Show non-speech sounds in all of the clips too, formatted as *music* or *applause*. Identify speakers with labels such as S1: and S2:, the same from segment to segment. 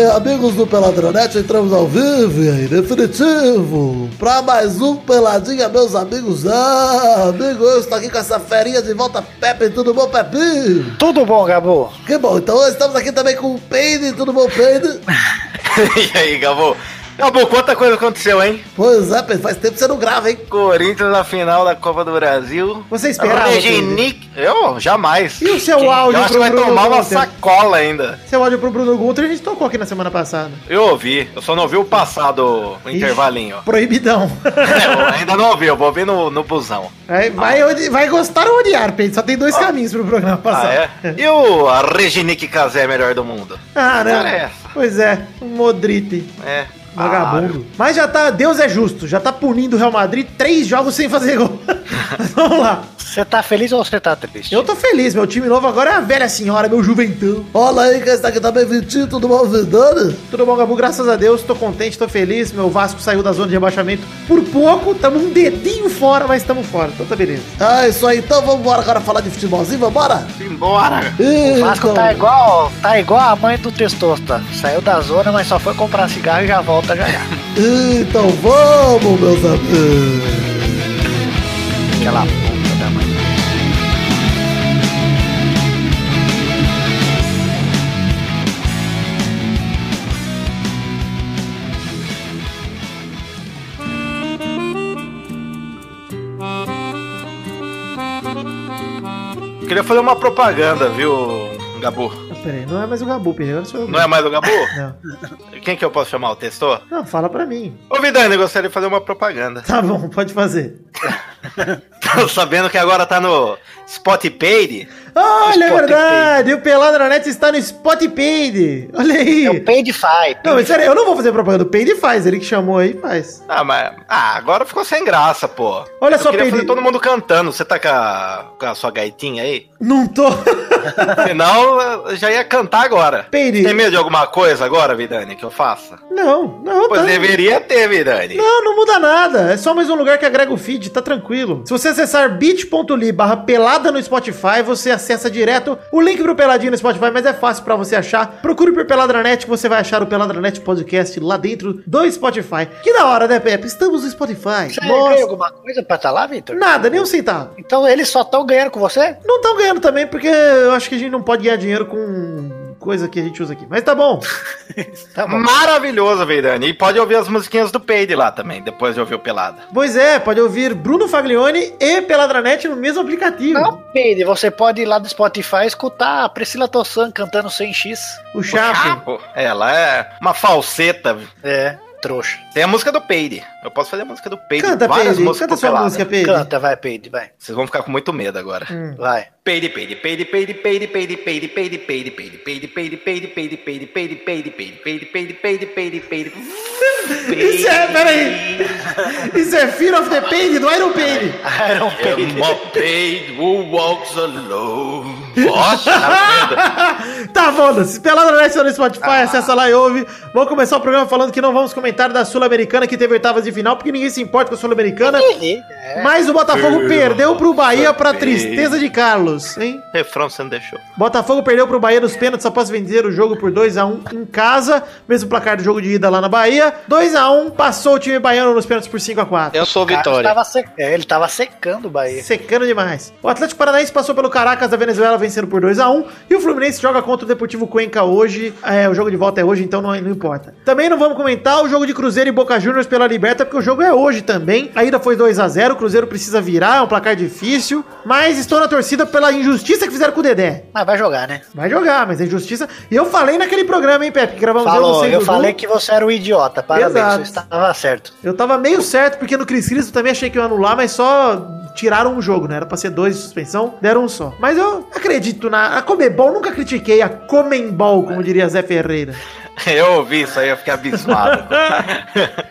S1: Ah, amigos do Peladronete, entramos ao vivo e em definitivo para mais um Peladinha, meus amigos. Ah, amigo, eu estou aqui com essa ferinha de volta, Pepe. Tudo bom, Pepe?
S2: Tudo bom, Gabo?
S1: Que bom, então estamos aqui também com o Peide. Tudo bom, Peide?
S3: *laughs* e aí, Gabo? Gabo, quanta coisa aconteceu, hein?
S1: Pois é, Peide, faz tempo que você não grava, hein?
S3: Corinthians na final da Copa do Brasil.
S2: Você esperava,
S3: Reginic... Eu? Jamais.
S2: E o seu áudio
S3: Eu acho que
S2: pro
S3: vai
S2: Bruno
S3: tomar uma
S2: Guter?
S3: sacola ainda.
S2: Seu áudio pro Bruno Gunter a gente tocou aqui na semana passada.
S3: Eu ouvi. Eu só não ouvi o passado, o intervalinho. *laughs* É,
S2: Proibidão. *laughs*
S3: Eu ainda não ouvi, eu vou ouvir no, no busão.
S2: Vai, vai, odi- vai gostar ou odiar, Pedro. Só tem dois caminhos pro programa
S3: Ah,
S2: passar.
S3: é? E o a Reginique Casé é melhor do mundo?
S2: *laughs* Ah, não.
S3: Cara, é essa.
S2: Pois é, um Modrite.
S3: É.
S2: Vagabundo. Mas já tá, Deus é justo, já tá punindo o Real Madrid três jogos sem fazer gol. *laughs* Vamos lá.
S3: Ah,
S4: Você tá feliz ou você tá triste?
S2: Eu tô feliz, meu time novo agora é a velha senhora, meu juventão.
S1: Olha aí quem está aqui também, Vitinho. Tudo bom, Vidani?
S2: Tudo bom, Gabu? Graças a Deus, tô contente, tô feliz. Meu Vasco saiu da zona de rebaixamento por pouco, tamo um dedinho fora, mas tamo fora, então tá beleza.
S1: É isso aí, então vamos embora agora falar de futebolzinho, vambora?
S3: Simbora!
S4: O Vasco
S1: então.
S4: tá igual, tá igual a mãe do Testosta. Saiu da zona, mas só foi comprar cigarro e já volta já já.
S1: Então vamos, meus amigos.
S4: Aquela puta da mãe.
S3: Queria fazer uma propaganda, viu, Gabu?
S2: Ah, Peraí, não é mais o Gabu, Pedro, agora sou eu.
S3: Não é mais o Gabu?
S2: Não.
S3: Quem que eu posso chamar? O Testor?
S2: Não, fala pra mim. *laughs*
S3: Ô, Vidani, eu gostaria de fazer uma propaganda. *laughs*
S2: Tá bom, pode fazer.
S3: Tô sabendo que agora tá no Spotify.
S2: Olha, é
S3: Spotify.
S2: verdade, o Pelado na Net está no Spotify. Olha aí.
S4: É o Paid Fight.
S2: Não, mas sério, eu não vou fazer propaganda. O Peide faz, ele que chamou aí, faz.
S3: Ah, mas. Ah, agora ficou sem graça, pô.
S2: Olha
S3: Eu
S2: só,
S3: queria
S2: Peide.
S3: fazer todo mundo cantando. Você tá com a, com a sua gaitinha aí? *laughs*
S2: Não tô. *laughs*
S3: Senão eu já ia cantar agora.
S2: Peide.
S3: Tem medo de alguma coisa agora, Vidani, que eu faça?
S2: Não, não,
S3: Pois é,
S2: tá.
S3: deveria ter, Vidani.
S2: Não, não muda nada. É só mais um lugar que agrega o feed, tá tranquilo. Se você acessar bit.ly barra pelada no Spotify, você acessa direto o link pro Peladinho no Spotify, mas é fácil pra você achar. Procure por Peladranet que você vai achar o Peladranet Podcast lá dentro do Spotify. Que da hora, né, Pepe? Estamos no Spotify.
S4: Você ganhou
S2: Nossa.
S4: alguma coisa pra estar lá, Victor?
S2: Nada, nem um centavo.
S4: Então eles só estão ganhando com você?
S2: Não estão ganhando também, porque eu acho que a gente não pode ganhar dinheiro com coisa que a gente usa aqui. Mas tá bom.
S4: Tá bom.
S3: É Maravilhoso, Vidani. E pode ouvir as musiquinhas do Peide lá também, depois de ouvir o Pelada.
S2: Pois é, pode ouvir Bruno Faglione e Peladranet no mesmo aplicativo.
S4: Não, Paid, você pode ir lá do Spotify e escutar a Priscila Tossan cantando 100x.
S2: O Chapo.
S3: Pô, Ela é uma falseta.
S4: É, trouxa.
S3: Tem a música do Peide. Eu posso fazer a música do Peide.
S2: Canta,
S3: várias
S2: Pedro.
S3: músicas
S2: Canta
S3: do
S2: sua
S3: Pelada.
S2: música, Pedro. Hum.
S4: Canta, vai, Paid, vai.
S3: Vocês vão ficar com muito medo agora.
S2: *laughs*
S4: Vai.
S3: Peide, peide, peide, peide, peide, peide, peide, peide, peide, peide, peide, peide, peide, peide, peide, peide, peide, peide, peide, peide, peide, peide, peide.
S2: Isso é, peraí. Isso é Fear of the Pain do Iron Pain. *laughs* um
S4: Iron Paid.
S3: I'm a paid who walks alone. Nossa, merda.
S2: tá, foda-se. Pelada na Net é no Spotify,
S3: Ah.
S2: acessa lá e ouve. Vamos começar o programa falando que não vamos comentar da Sul-Americana que teve oitavas de final, porque ninguém se importa com a Sul-Americana.
S3: É.
S2: Mas o Botafogo perdeu pro Bahia pra tristeza de Carlos, hein?
S3: Refrão você não deixou.
S2: Botafogo perdeu pro Bahia nos pênaltis após vencer o jogo por 2 a 1 em casa, mesmo placar do jogo de ida lá na Bahia. 2 a 1 passou o time baiano nos pênaltis por 5 a 4.
S5: Eu sou
S4: O Vitória.
S5: Vitória.
S4: Tava sec- é, ele tava secando o Bahia.
S2: Secando demais. O Atlético Paranaense passou pelo Caracas da Venezuela, vencendo por 2x1. E o Fluminense joga contra o Deportivo Cuenca hoje. É, o jogo de volta é hoje, então não, não importa. Também não vamos comentar o jogo de Cruzeiro e Boca Juniors pela Liberta, porque o jogo é hoje também. Ainda foi 2x0. O Cruzeiro precisa virar, é um placar difícil. Mas estou na torcida pela injustiça que fizeram com o Dedé.
S4: Mas vai jogar, né?
S2: Vai jogar, mas é injustiça. E eu falei naquele programa, hein, Pepe? Que gravamos
S4: Falou,
S2: Então, você e
S4: eu
S2: Dudu.
S4: falei que você era um idiota. Parabéns,
S2: Exato.
S4: você estava certo.
S2: Eu tava meio certo, porque no Cris Cristo também achei que ia anular, mas só tiraram um jogo, né? Era pra ser dois de suspensão, deram um só. Mas eu acredito na. A Comebol, nunca critiquei a Comembol, como diria Zé Ferreira.
S3: Eu ouvi isso aí, eu fiquei abismado.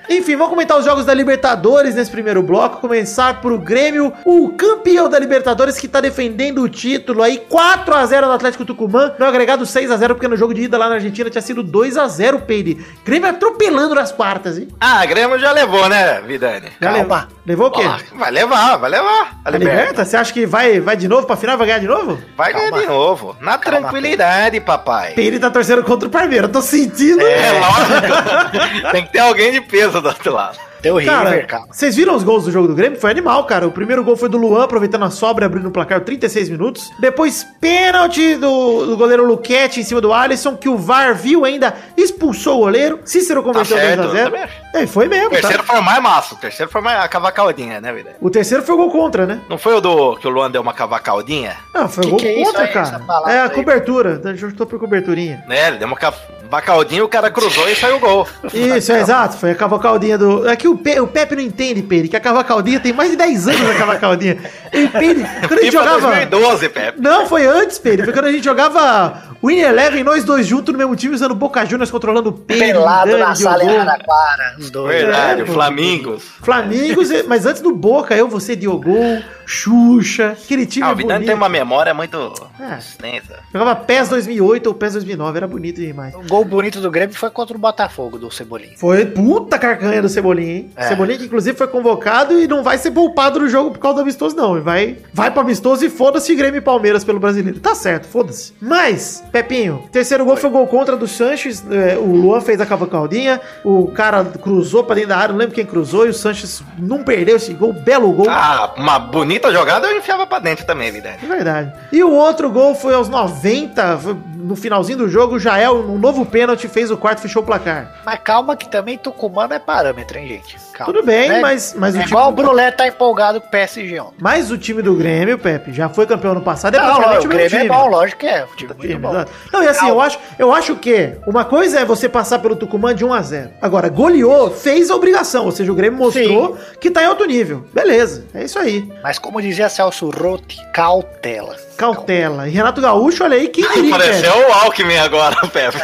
S2: Enfim, vamos comentar os jogos da Libertadores nesse primeiro bloco. Começar pro Grêmio, o campeão da Libertadores que tá defendendo o título aí. 4 a 0 no Atlético Tucumã. No agregado 6 a 0 porque no jogo de ida lá na Argentina tinha sido 2 a 0 Peide. Grêmio atropelando nas quartas, hein?
S3: Ah, a Grêmio já levou, né, Vidani?
S2: Galera,
S4: Calma.
S2: Levou o quê?
S3: Ó, Vai levar, vai levar. A
S2: A
S3: liberta.
S2: liberta? Você acha que vai, vai de novo pra final? Vai ganhar de novo?
S3: Vai ganhar
S4: Calma.
S3: de novo. Na
S4: Calma,
S3: tranquilidade, papai.
S2: Peire tá torcendo contra o Parmeira. Eu tô sentindo.
S3: É lógico. *laughs* Tem que ter alguém de peso do outro lado.
S4: Tem o
S2: Cara,
S4: River, cara.
S2: vocês viram os gols do jogo do Grêmio? Foi animal, cara. O primeiro gol foi do Luan, aproveitando a sobra, abrindo o placar 36 minutos. Depois, pênalti do, do goleiro Luquete em cima do Alisson, que o VAR viu ainda, expulsou o goleiro. Cícero converteu
S3: Tá certo,
S2: 2x0.
S3: também acho.
S2: É, foi
S3: *laughs*
S2: mesmo,
S3: O terceiro
S2: tá?
S3: foi o mais massa. O terceiro foi mais a cavacaldinha, né, vida?
S2: O terceiro foi o gol contra, né?
S3: Não foi o do que o Luan deu uma cavacaldinha?
S2: Ah, foi
S4: Que
S2: gol
S4: que é isso
S2: contra,
S4: aí, essa
S2: cara.
S4: palavra
S2: É a
S4: aí?
S2: cobertura. A gente por coberturinha.
S3: Né, ele deu uma cavacaldinha, o cara cruzou e saiu o gol.
S2: Isso, é exato. Foi a cavacaldinha do. É que o, Pe... o Pepe não entende, Peire, que a cavacaldinha tem mais de 10 anos a cavacaldinha. E Peire, quando a gente
S3: FIFA
S2: jogava.
S3: 2012, Pepe.
S2: Não, foi antes, Peire. Foi quando a gente jogava Win Eleven, nós dois juntos no mesmo time, usando Boca Juniors, controlando o Peire.
S4: Pelado
S2: Dani,
S4: na sala em
S2: Diogo.
S4: Araraquara, os dois.
S3: Verdade,
S2: É,
S3: o
S2: pô.
S3: Flamingos.
S2: Flamengo, mas antes do Boca, eu, você, Diogol, Xuxa, aquele time
S3: Ah, o Vidani
S2: bonito.
S3: tem uma memória muito
S2: É.
S3: extensa.
S2: Jogava PES 2008 ou PES 2009, era bonito demais.
S4: O gol bonito do Grêmio foi contra o Botafogo, do Cebolinha.
S2: Foi puta carcanha do Cebolinha, hein?
S4: É.
S2: Cebolinha que inclusive foi convocado e não vai ser poupado no jogo por causa do amistoso, não. E Vai, vai pro amistoso e foda-se Grêmio e Palmeiras pelo brasileiro. Tá certo, foda-se. Mas, Pepinho, terceiro gol foi, gol contra do Sanches. é, o Luan fez a cavacaldinha. O cara cruzou pra dentro da área, não lembro quem cruzou. E o Sanches não perdeu esse gol, belo gol.
S3: Ah, uma bonita jogada eu enfiava pra dentro também, Vidani.
S2: É verdade. E o outro gol foi aos 90, foi no finalzinho do jogo. O Jael, um novo pênalti, fez o quarto, fechou o placar.
S4: Mas calma que também Tucumano é parâmetro, hein, gente? Calma.
S2: Tudo bem,
S4: Né?
S2: mas, mas
S4: é
S2: o
S4: igual o Brulé tá empolgado com o PSG ontem.
S2: Mas o time do Grêmio, Pepe, já foi campeão ano passado, é
S4: Não,
S2: praticamente
S4: lógico, o
S2: mesmo
S4: Grêmio é
S2: time.
S4: bom, lógico que é. O time é muito
S2: Firme,
S4: bom.
S2: exato. Não, e assim, eu acho, eu acho que uma coisa é você passar pelo Tucumã de 1 a 0 Agora, goleou, fez a obrigação, ou seja, o Grêmio mostrou que tá em alto nível. Beleza, é isso aí.
S4: Mas como dizia Celso Rotti, cautela.
S2: Cautela. E Renato Gaúcho, olha aí, quem diria,
S3: Pareceu
S2: Pepe?
S3: o Alckmin agora, *laughs* Pepe.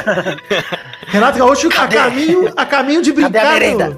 S2: Renato Gaúcho a caminho, a caminho de
S4: Cadê a
S2: brincar
S4: merenda?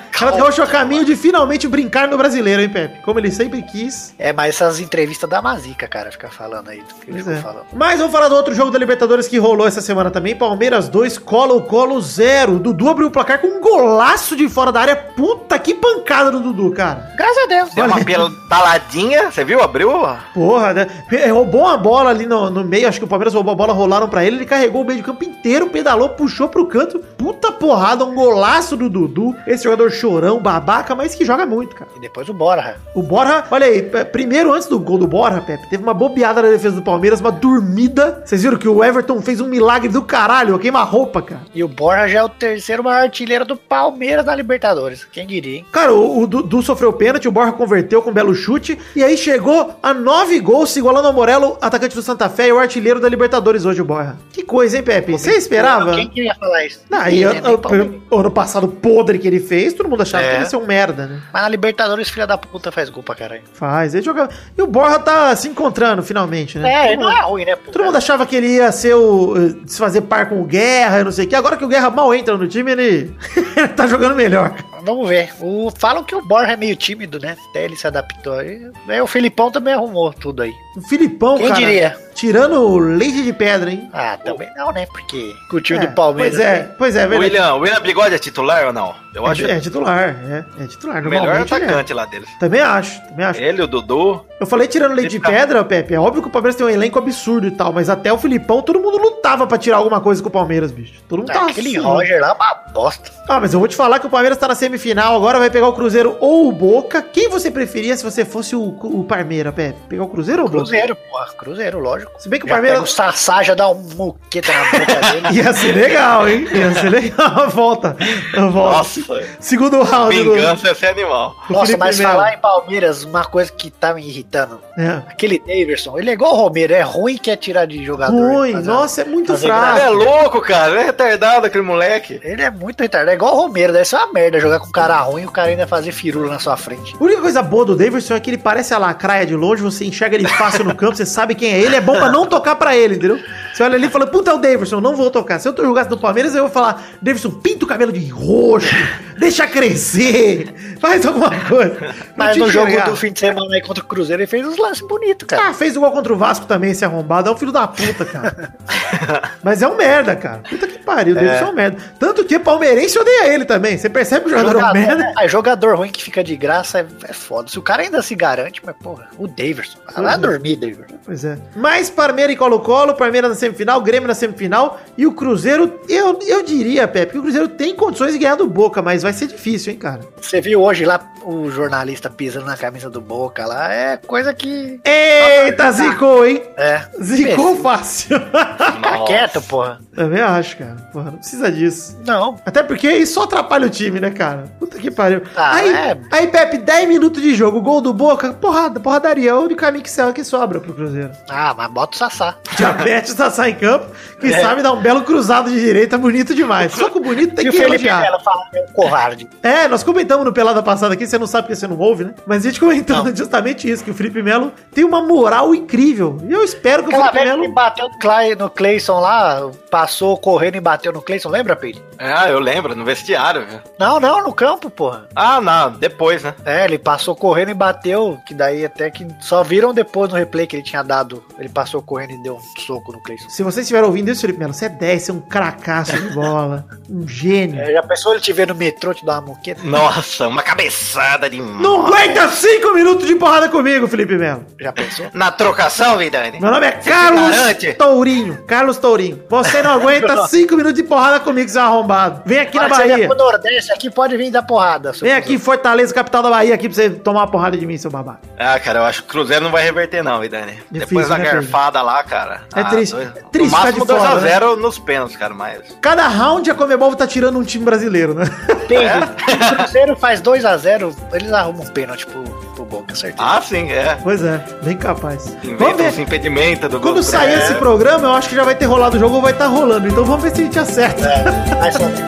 S2: no... *laughs* Renato Gaúcho a caminho de finalmente brincar no brasileiro, hein, Pepe? Como ele sempre quis.
S4: É, mas essas entrevistas da Mazica, cara, fica falando aí do que eles
S2: Pois
S4: ficam
S2: é.
S4: falando.
S2: Mas vamos falar do outro jogo da Libertadores que rolou essa semana também. Palmeiras 2, Colo-Colo 0. Dudu abriu o placar com um golaço de fora da área. Puta que pancada do Dudu, cara.
S4: Graças a Deus.
S3: Deu uma petaladinha, você viu? Abriu.
S2: Porra, né? Pe- Roubou uma bola ali no, no meio. Acho que o Palmeiras roubou a bola, rolaram pra ele. Ele carregou o meio de campo inteiro, pedalou, puxou pro canto. Puta porrada, um golaço do Dudu. Esse jogador chorão, babaca, mas que joga muito, cara.
S4: E depois o Borja.
S2: O Borja, olha aí, p- primeiro antes do gol do Borja, Pepe, teve uma bobeada na defesa do Palmeiras, uma dormida. Vocês viram que o Everton fez um milagre do caralho, queima roupa, cara.
S4: E o Borja já é o terceiro maior artilheiro do Palmeiras na Libertadores. Quem diria, hein?
S2: Cara, o, o Dudu sofreu pênalti, o Borja converteu com um belo chute, e aí chegou a nove gols, se igualando ao Morello, atacante do Santa Fé e o artilheiro da Libertadores hoje, o Borja. Que coisa, hein, Pepe? Você esperava?
S4: Quem que ia falar isso?
S2: Não,
S4: Ninguém,
S2: e
S4: né,
S2: ano,
S4: nem Palmeiras.
S2: ano passado podre que ele fez, todo mundo achava
S3: É.
S2: que ele ia ser um merda, né?
S4: Mas na Libertadores, filha da puta, faz gol pra caralho.
S2: Faz, ele jogava. E o Borja tá se encontrando finalmente, né?
S4: É,
S2: Todo
S4: não é ruim, né, pô?
S2: Todo mundo achava que ele ia ser o. eh, se fazer par com o Guerra, eu não sei o que. Agora que o Guerra mal entra no time, ele, *laughs* ele tá jogando melhor.
S4: Vamos ver. O, falam que o Borja é meio tímido, né? Até ele se adaptou. E, né, o Filipão também arrumou tudo aí.
S2: O Filipão,
S4: Quem
S2: cara.
S4: diria?
S2: Tirando o leite de pedra, hein?
S4: Ah, também não, né? Porque o time
S2: É,
S4: do Palmeiras.
S2: Pois é, pois é,
S3: O
S2: verdade.
S3: William, o William Bigode é titular ou não? Eu
S2: É,
S3: acho
S2: é titular, é, é titular.
S3: o melhor
S2: Normalmente ele é.
S3: atacante lá deles.
S2: Também acho, também acho.
S3: Ele, o Dudu.
S2: Eu falei tirando leite de
S3: Ele tá-
S2: pedra, Pepe. É óbvio que o Palmeiras tem um elenco absurdo e tal, mas até o Filipão todo mundo lutava pra tirar alguma coisa com o Palmeiras, bicho. Todo mundo tava
S4: Aquele
S2: surrando.
S4: Roger lá é uma bosta.
S2: Ah, mas eu vou te falar que o Palmeiras tá na semifinal, agora vai pegar o Cruzeiro ou o Boca. Quem você preferia se você fosse o, o Palmeira, Pepe? Pegar o Cruzeiro ou o Boca?
S4: Cruzeiro, porra. Cruzeiro, lógico.
S2: Se bem que o
S4: Já pega O
S2: Palmeiras.
S4: Sassá já dá um muqueta
S2: *laughs*
S4: na boca dele.
S2: Ia ser legal, hein? Ia ser legal. *laughs* Volta. Volta.
S3: Nossa,
S2: Segundo round. do-
S3: vingança esse animal.
S2: do
S4: Nossa,
S2: Felipe
S4: mas
S2: Melo.
S4: falar em Palmeiras, uma coisa que tá me irritando.
S2: É.
S4: Aquele Davidson, ele é igual o Romero, é ruim que é tirar de jogador.
S2: Ruim.
S4: Fazer-
S2: Nossa, é muito
S4: fazer
S3: Ele é
S2: fraco.
S3: louco, cara. Ele é retardado aquele
S2: *laughs*
S3: moleque.
S4: Ele é muito retardado, é igual o Romero, deve ser uma merda jogar com um cara ruim e o cara ainda fazer firula na sua frente.
S2: A única coisa boa do Davidson é que ele parece a lacraia de longe, você enxerga ele fácil no campo, você sabe quem é ele, é bom pra não tocar pra ele, entendeu? Você olha ali e fala, puta, é o Davidson, não vou tocar. Se eu jogasse no Palmeiras, eu vou falar, Davidson, pinta o cabelo de roxo, deixa crescer, faz alguma coisa.
S4: Mas
S2: te
S4: no jogo
S2: enxergar.
S4: do fim de semana aí contra o Cruzeiro, ele fez uns lances bonitos, cara.
S2: Ah,
S4: *laughs*
S2: fez o gol contra o Vasco também, esse arrombado. É um filho da puta, cara. Mas é um merda, cara. Puta que pariu, o Davidson é um merda. Tanto que palmeirense odeia ele também. Você percebe que o jogador, é um
S4: Jogador,
S2: merda.
S4: ah, jogador ruim que fica de graça é, é foda. Se o cara ainda se garante, mas porra, o Davidson. Vai
S2: Uhum.
S4: lá dormir, Davidson.
S2: Pois é. Mas Parmeira e Colo-Colo, Parmeira na semifinal, Grêmio na semifinal e o Cruzeiro, eu, eu diria, Pepe, que o Cruzeiro tem condições de ganhar do Boca, mas vai ser difícil, hein, cara.
S4: Você viu hoje lá o jornalista pisando na camisa do Boca lá? É coisa que.
S2: Eita, zicou, hein?
S4: É.
S2: Zicou fácil. *laughs*
S4: Fica quieto, porra.
S2: Também acho, cara. Porra, não precisa disso.
S4: Não.
S2: Até porque isso só atrapalha o time, né, cara? Puta que pariu.
S4: Ah,
S2: aí,
S4: é.
S2: aí, Pepe, 10 minutos de jogo, gol do Boca, porrada, porradaria. É o único caminho que, serve, que sobra pro Cruzeiro. *laughs*
S4: Ah, mas bota o Sassá.
S2: Diabetes tá sai em campo, quem
S4: É.
S2: sabe dá um belo cruzado de direita, bonito demais. Só que o bonito tem
S4: E o
S2: que
S4: Felipe
S2: elogiar.
S4: Melo fala que é um
S2: *laughs*
S4: covarde.
S2: É, nós comentamos no Pelada Passada aqui, você não sabe porque você não ouve, né? Mas a gente comentou *laughs* justamente isso, que o Felipe Melo tem uma moral incrível. E eu espero que
S4: Aquela
S2: o Felipe
S4: vez que
S2: Melo...
S4: bateu no Clay- no Clayson lá, passou correndo e bateu no Clayson, lembra, Pedro?
S3: Ah, eu lembro, no vestiário. viu?
S4: Não, não, no campo, porra.
S3: Ah, não, depois, né?
S4: É, ele passou correndo e bateu, que daí até que só viram depois no replay que ele tinha dado. Ele passou correndo e deu um soco no Clayson.
S2: Se vocês estiver ouvindo isso, Felipe Melo, você é 10, você é um cracaço de
S4: *laughs*
S2: bola, um gênio.
S4: É, já pensou ele te ver no metrô, te dar uma moqueta?
S3: Nossa, uma cabeçada de. m-
S2: Não aguenta 5 minutos de porrada comigo, Felipe Melo.
S4: Já pensou?
S3: Na trocação, Vidani?
S2: Meu nome é Carlos
S3: garante?
S2: Tourinho. Carlos Tourinho. Você não
S4: *laughs*
S2: aguenta 5 minutos de porrada comigo, seu arrombado. Vem *laughs* aqui na
S4: Fala que você
S2: Bahia.
S4: vai pro Nordeste aqui, pode vir dar porrada. seu
S2: Vem
S4: cuzão.
S2: aqui em Fortaleza, capital da Bahia, aqui pra você tomar uma porrada de mim, seu babá.
S3: Ah, cara, eu acho que o Cruzeiro não vai reverter, não, Vidani. Depois da
S2: né, Pedro?
S3: garfada lá, cara. Ah,
S2: É triste.
S3: dois-
S2: É triste
S3: No máximo
S2: ficar de fora,
S3: 2x0 nos pênaltis, cara, mas.
S2: Cada round a Comebol tá tirando um time brasileiro, né? *laughs*
S4: Pedro,
S2: É?
S4: se o Cruzeiro faz 2x0, eles arrumam um pênalti pro, pro Boca, certeza.
S3: Ah, sim, é.
S2: Pois é, bem capaz. Vamos
S3: Inventa um os
S2: ver.
S3: impedimentos do É.
S2: Quando
S3: gol do
S2: sair
S3: Cruzeiro.
S2: esse programa, eu acho que já vai ter rolado o jogo ou vai estar rolando. Então vamos ver se a gente acerta.
S4: É, mas só tem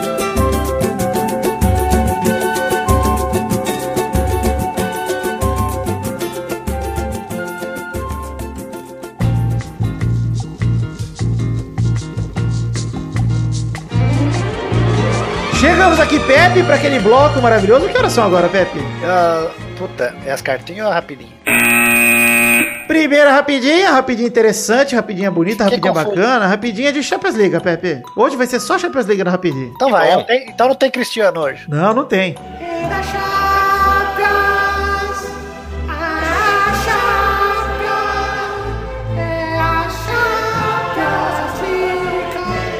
S2: Chegamos aqui, Pepe, pra aquele bloco maravilhoso. Que horas são agora, Pepe?
S4: Ah, puta, é as cartinhas ou é rapidinho?
S2: Primeira rapidinha, rapidinha interessante, rapidinha bonita,
S4: Que
S2: rapidinha
S4: confuso.
S2: bacana, rapidinha de Champions League, Pepe. Hoje vai ser só Champions League na rapidinha.
S4: Então vai,
S3: bom.
S4: não tem- então não tem Cristiano hoje.
S2: Não, não tem.
S6: Viva Champions! A Champions! É a Champions League!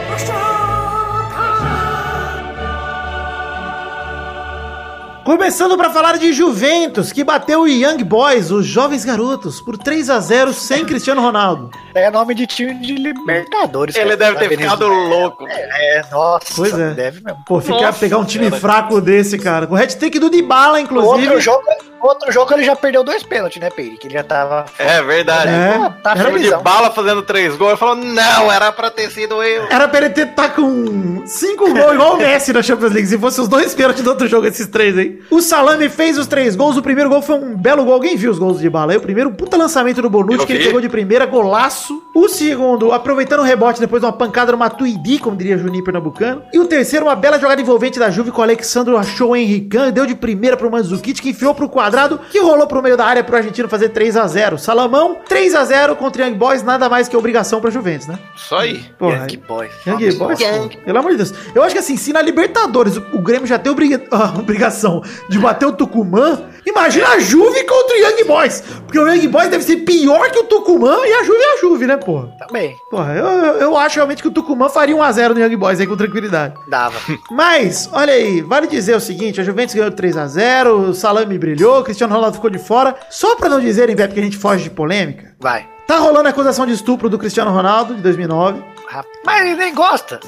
S6: A Champions!
S2: Começando pra falar de Juventus, que bateu o Young Boys, os jovens garotos, por 3 a 0 sem Cristiano Ronaldo.
S4: É nome de time de Libertadores.
S3: Ele
S4: cara,
S3: deve
S4: da
S3: ter
S4: Venezuela.
S3: ficado louco.
S4: É, nossa,
S2: Pois é.
S4: deve mesmo.
S2: Pô, ficar,
S3: Nossa,
S2: pegar um time
S3: cara.
S2: fraco desse, cara. Com o hat-trick do Dybala, inclusive.
S4: Outro jogo, outro jogo ele já perdeu dois pênaltis, né, Peire? Que ele já tava.
S3: É verdade.
S2: É.
S4: Ah, tá
S2: Era
S3: Era de
S4: felizão.
S3: bala fazendo três gols. Ele falou, não, era pra ter sido eu.
S2: Era pra ele ter tá com *laughs* 5 gols, igual o Messi na Champions League. Se fosse os dois pênaltis do outro jogo, esses três aí. O Salame fez os três gols. O primeiro gol foi um belo gol. Alguém viu os gols de bala? Aí o primeiro, um puta lançamento do Bonucci,
S3: Eu
S2: que ele
S3: vi.
S2: pegou de primeira, golaço. O segundo, aproveitando o rebote depois de uma pancada numa Tuidi, como diria Juninho Pernambucano. E o terceiro, uma bela jogada envolvente da Juve com o Alexandro achou o Henrican, deu de primeira pro Mandzukic, que enfiou pro quadrado, que rolou pro meio da área pro argentino fazer 3 a 0 Salamão, 3 a 0 contra o Young Boys, nada mais que obrigação pra Juventus, né?
S3: Só aí.
S2: Porra,
S4: Que boy.
S2: Young Boys, pô. pelo amor de Deus. Eu acho que assim, se na Libertadores o, o Grêmio já tem obriga- *laughs* a obrigação de bater o Tucumã, imagina a Juve contra o Young Boys. Porque o Young Boys deve ser pior que o Tucumã e a Juve é a Juve, né, porra?
S4: Também.
S2: Porra, eu, eu- eu acho realmente que o Tucumã faria 1x0 no Young Boys aí com tranquilidade.
S4: Dava.
S2: Mas, olha aí, vale dizer o seguinte: a Juventus ganhou 3x0, o Salame brilhou, o Cristiano Ronaldo ficou de fora. Só pra não dizerem, velho, porque a gente foge de polêmica.
S4: Vai.
S2: Tá rolando a acusação de estupro do Cristiano Ronaldo, de 2009.
S4: Rapaz, Mas ele nem gosta.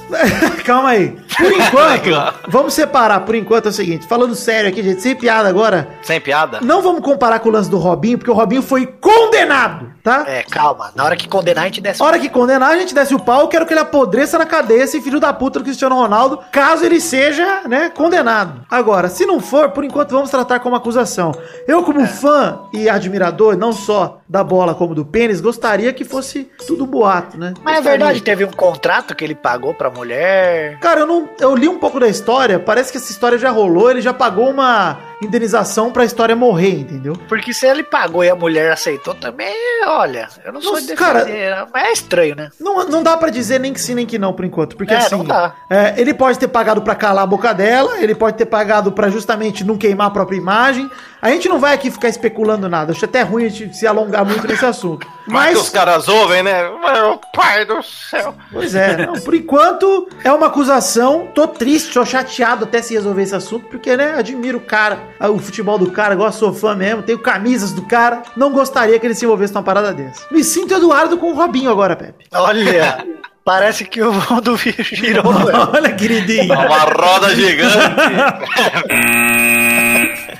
S2: Calma aí. Por enquanto, vamos separar. Por enquanto é o seguinte, falando sério aqui, gente, sem piada agora.
S3: Sem piada.
S2: Não vamos comparar com o lance do Robinho, porque o Robinho foi condenado, tá?
S4: É, calma. Na hora que condenar, a gente desce.
S2: Hora que condenar, a gente desce o pau, eu quero que ele apodreça na cadeia esse filho da puta do Cristiano Ronaldo, caso ele seja, né, condenado. Agora, se não for, por enquanto vamos tratar como acusação. Eu, como fã e admirador, não só da bola como do pênis, gostaria que fosse tudo boato, né?
S4: Mas é
S2: Gostaria.
S4: verdade, teve um contrato que ele pagou pra mulher.
S2: Cara, eu, não, eu li um pouco da história, parece que essa história já rolou, ele já pagou uma indenização pra história morrer, entendeu?
S4: Porque se ele pagou e a mulher aceitou também, olha, eu não sou
S2: Nossa,
S4: de defender,
S2: cara.
S4: mas é estranho, né?
S2: Não, não dá pra dizer nem que sim, nem que não, por enquanto. Porque
S4: É,
S2: assim.
S4: não dá.
S2: é, ele pode ter pagado pra calar a boca dela, ele pode ter pagado pra justamente não queimar a própria imagem. A gente não vai aqui ficar especulando nada. Acho até ruim a gente se alongar muito nesse assunto.
S3: Mas que os
S2: Mas.
S3: caras ouvem, né? Meu pai do céu.
S2: Pois é, não, por enquanto é uma acusação. Tô triste, tô chateado até se resolver esse assunto, porque, né, admiro o cara, ah, o futebol do cara, igual sou fã mesmo, tenho camisas do cara. Não gostaria que ele se envolvesse numa parada dessa. Me sinto Eduardo com o Robinho agora, Pepe.
S4: Olha, parece que o mundo girou.
S2: *laughs*
S4: velho.
S2: Olha, queridinho.
S3: É Uma roda
S2: *laughs*
S3: gigante.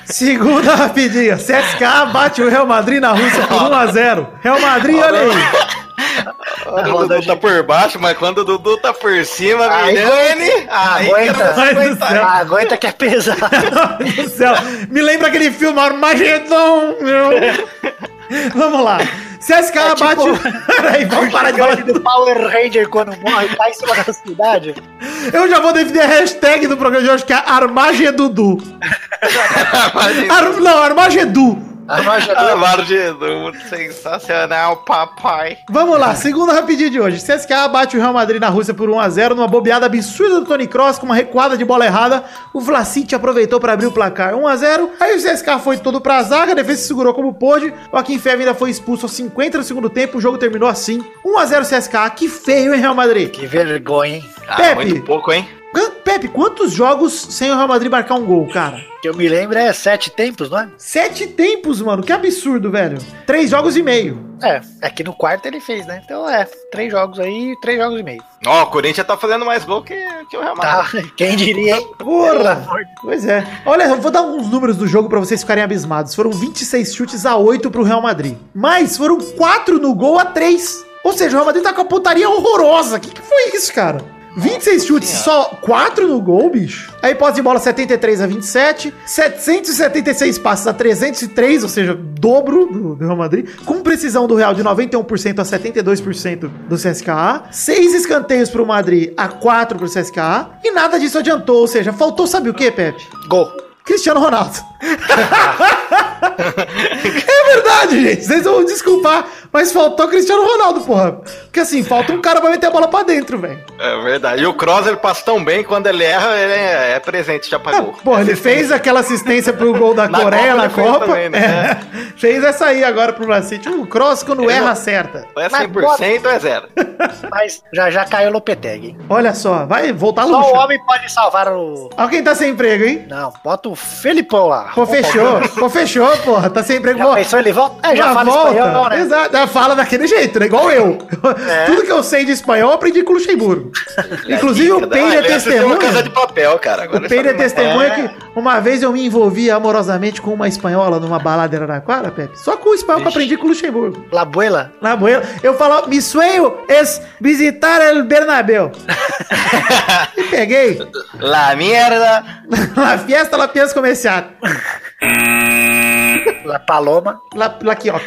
S2: Segunda rapidinha. CSKA bate o Real Madrid na Rússia por 1x0. Real Madrid, olha aí.
S3: Quando o Dudu tá por baixo, mas quando o Dudu tá por cima,
S4: Aí-
S3: Milene, aí *laughs*
S4: Aguenta.
S3: que eu não
S2: Ai, do
S3: aguento.
S2: céu.
S4: Ah, aguenta que é pesado.
S2: Meu Deus do céu. Me lembra aquele filme Armagedon. meu. Vamos lá. CSKA bate. o. Peraí, vamos parar de falar.
S4: do Power Ranger quando morre, cai em cima da cidade.
S2: Eu já vou definir a hashtag do programa de hoje, que é Armagedudu.
S3: Imagina.
S2: Ar... Não, Armagedu.
S3: Ah, Mário Jesus, muito sensacional, papai.
S2: Vamos lá, segunda rapidinho de hoje. CSKA bate o Real Madrid na Rússia por 1x0 numa bobeada absurda do Tony Cross com uma recuada de bola errada. O Vlasic aproveitou pra abrir o placar 1x0. Aí o CSKA foi todo pra zaga, a defesa se segurou como pôde. O Akinfev ainda foi expulso aos 50 do segundo tempo. O jogo terminou assim: 1x0 CSKA. Que feio, hein, Real Madrid?
S4: Que vergonha, hein?
S3: Ah,
S2: Pepe.
S3: muito pouco, hein?
S2: Qu- Pepe, quantos jogos sem o Real Madrid marcar um gol, cara?
S4: Que eu me lembro é sete tempos, não é?
S2: Sete tempos, mano. Que absurdo, velho. Três jogos e meio.
S4: É, aqui no quarto ele fez, né? Então é, três jogos aí, três jogos e meio.
S3: Ó, o Corinthians tá fazendo mais gol que, que o Real
S4: Tá,
S3: Madrid.
S4: quem diria, hein?
S2: Porra! Pois é. Olha, eu vou dar alguns números do jogo pra vocês ficarem abismados. Foram 26 chutes a 8 pro Real Madrid. Mas foram 4 no gol a 3. Ou seja, o Real Madrid tá com a putaria horrorosa. Que que foi isso, cara? 26 chutes, só 4 no gol, bicho. Aí posse de bola 73 a 27, 776 passes a 303, ou seja, dobro do, do Real Madrid, com precisão do Real de 91% a 72% do CSKA, 6 escanteios pro Madrid a 4 pro CSKA, e nada disso adiantou, ou seja, faltou sabe o que, Pepe?
S4: Gol.
S2: Cristiano Ronaldo. é verdade, gente. Vocês vão desculpar, mas faltou Cristiano Ronaldo, porra. Porque assim, falta um cara pra meter a bola pra dentro, velho.
S3: É verdade. E o Kroos, ele passa tão bem, quando ele erra, ele é, é presente, já pagou.
S2: Porra, ele fez aquela assistência pro gol da
S3: Na
S2: Coreia
S3: Copa
S2: na
S3: ele fez
S2: Copa.
S3: também, né?
S2: É. Fez essa aí agora pro Vlasic. O Cross, quando erra, acerta.
S3: Ou é
S4: Mas
S3: 100% ou é zero.
S4: Mas já já caiu o Lopeteg, hein?
S2: Olha só, vai voltar
S4: Só o
S2: luxo.
S4: homem pode salvar o...
S2: Olha quem tá sem emprego, hein?
S4: Não, bota o Felipão lá.
S2: Pô, fechou. Pô, fechou, porra. Tá sem emprego.
S4: Já
S2: Pô,
S4: pensou ele volta? É, já
S2: Já
S4: fala
S2: volta.
S4: espanhol, né?
S2: Exato. Já fala daquele jeito, né? Igual eu. *laughs* Tudo que eu sei de espanhol, eu aprendi com o Luxemburgo. Inclusive, o Peire é
S3: Ele assistiu uma casa de
S2: testemunha.
S3: papel, cara.
S2: O
S3: Agora
S2: Peire é
S3: ele sabe mais.
S2: testemunha que uma vez eu me envolvi amorosamente com uma espanhola numa balada em Araraquara, Pepe. Só com o espanhol que eu aprendi com o Luxemburgo.
S4: La Buela.
S2: Na boela, eu falava, me sonho es visitar el Bernabéu. e peguei. *laughs*
S3: La merda.
S2: La fiesta, la piensa comercial.
S4: La Paloma.
S2: Lá, lá aqui, ó.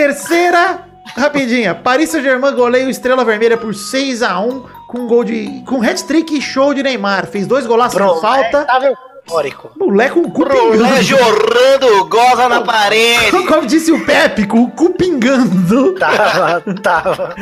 S2: Terceira rapidinha. Paris Saint-Germain goleia o Estrela Vermelha por 6 a 1 com um gol de com hat-trick e show de Neymar. Fez dois golaços de falta.
S4: Tava eufórico.
S2: Moleque com o cu
S3: Tá
S2: pingando.
S3: jorrando goza na parede.
S2: *laughs* Como disse o Pepe, com o cu pingando.
S4: Tá. Tava, tava.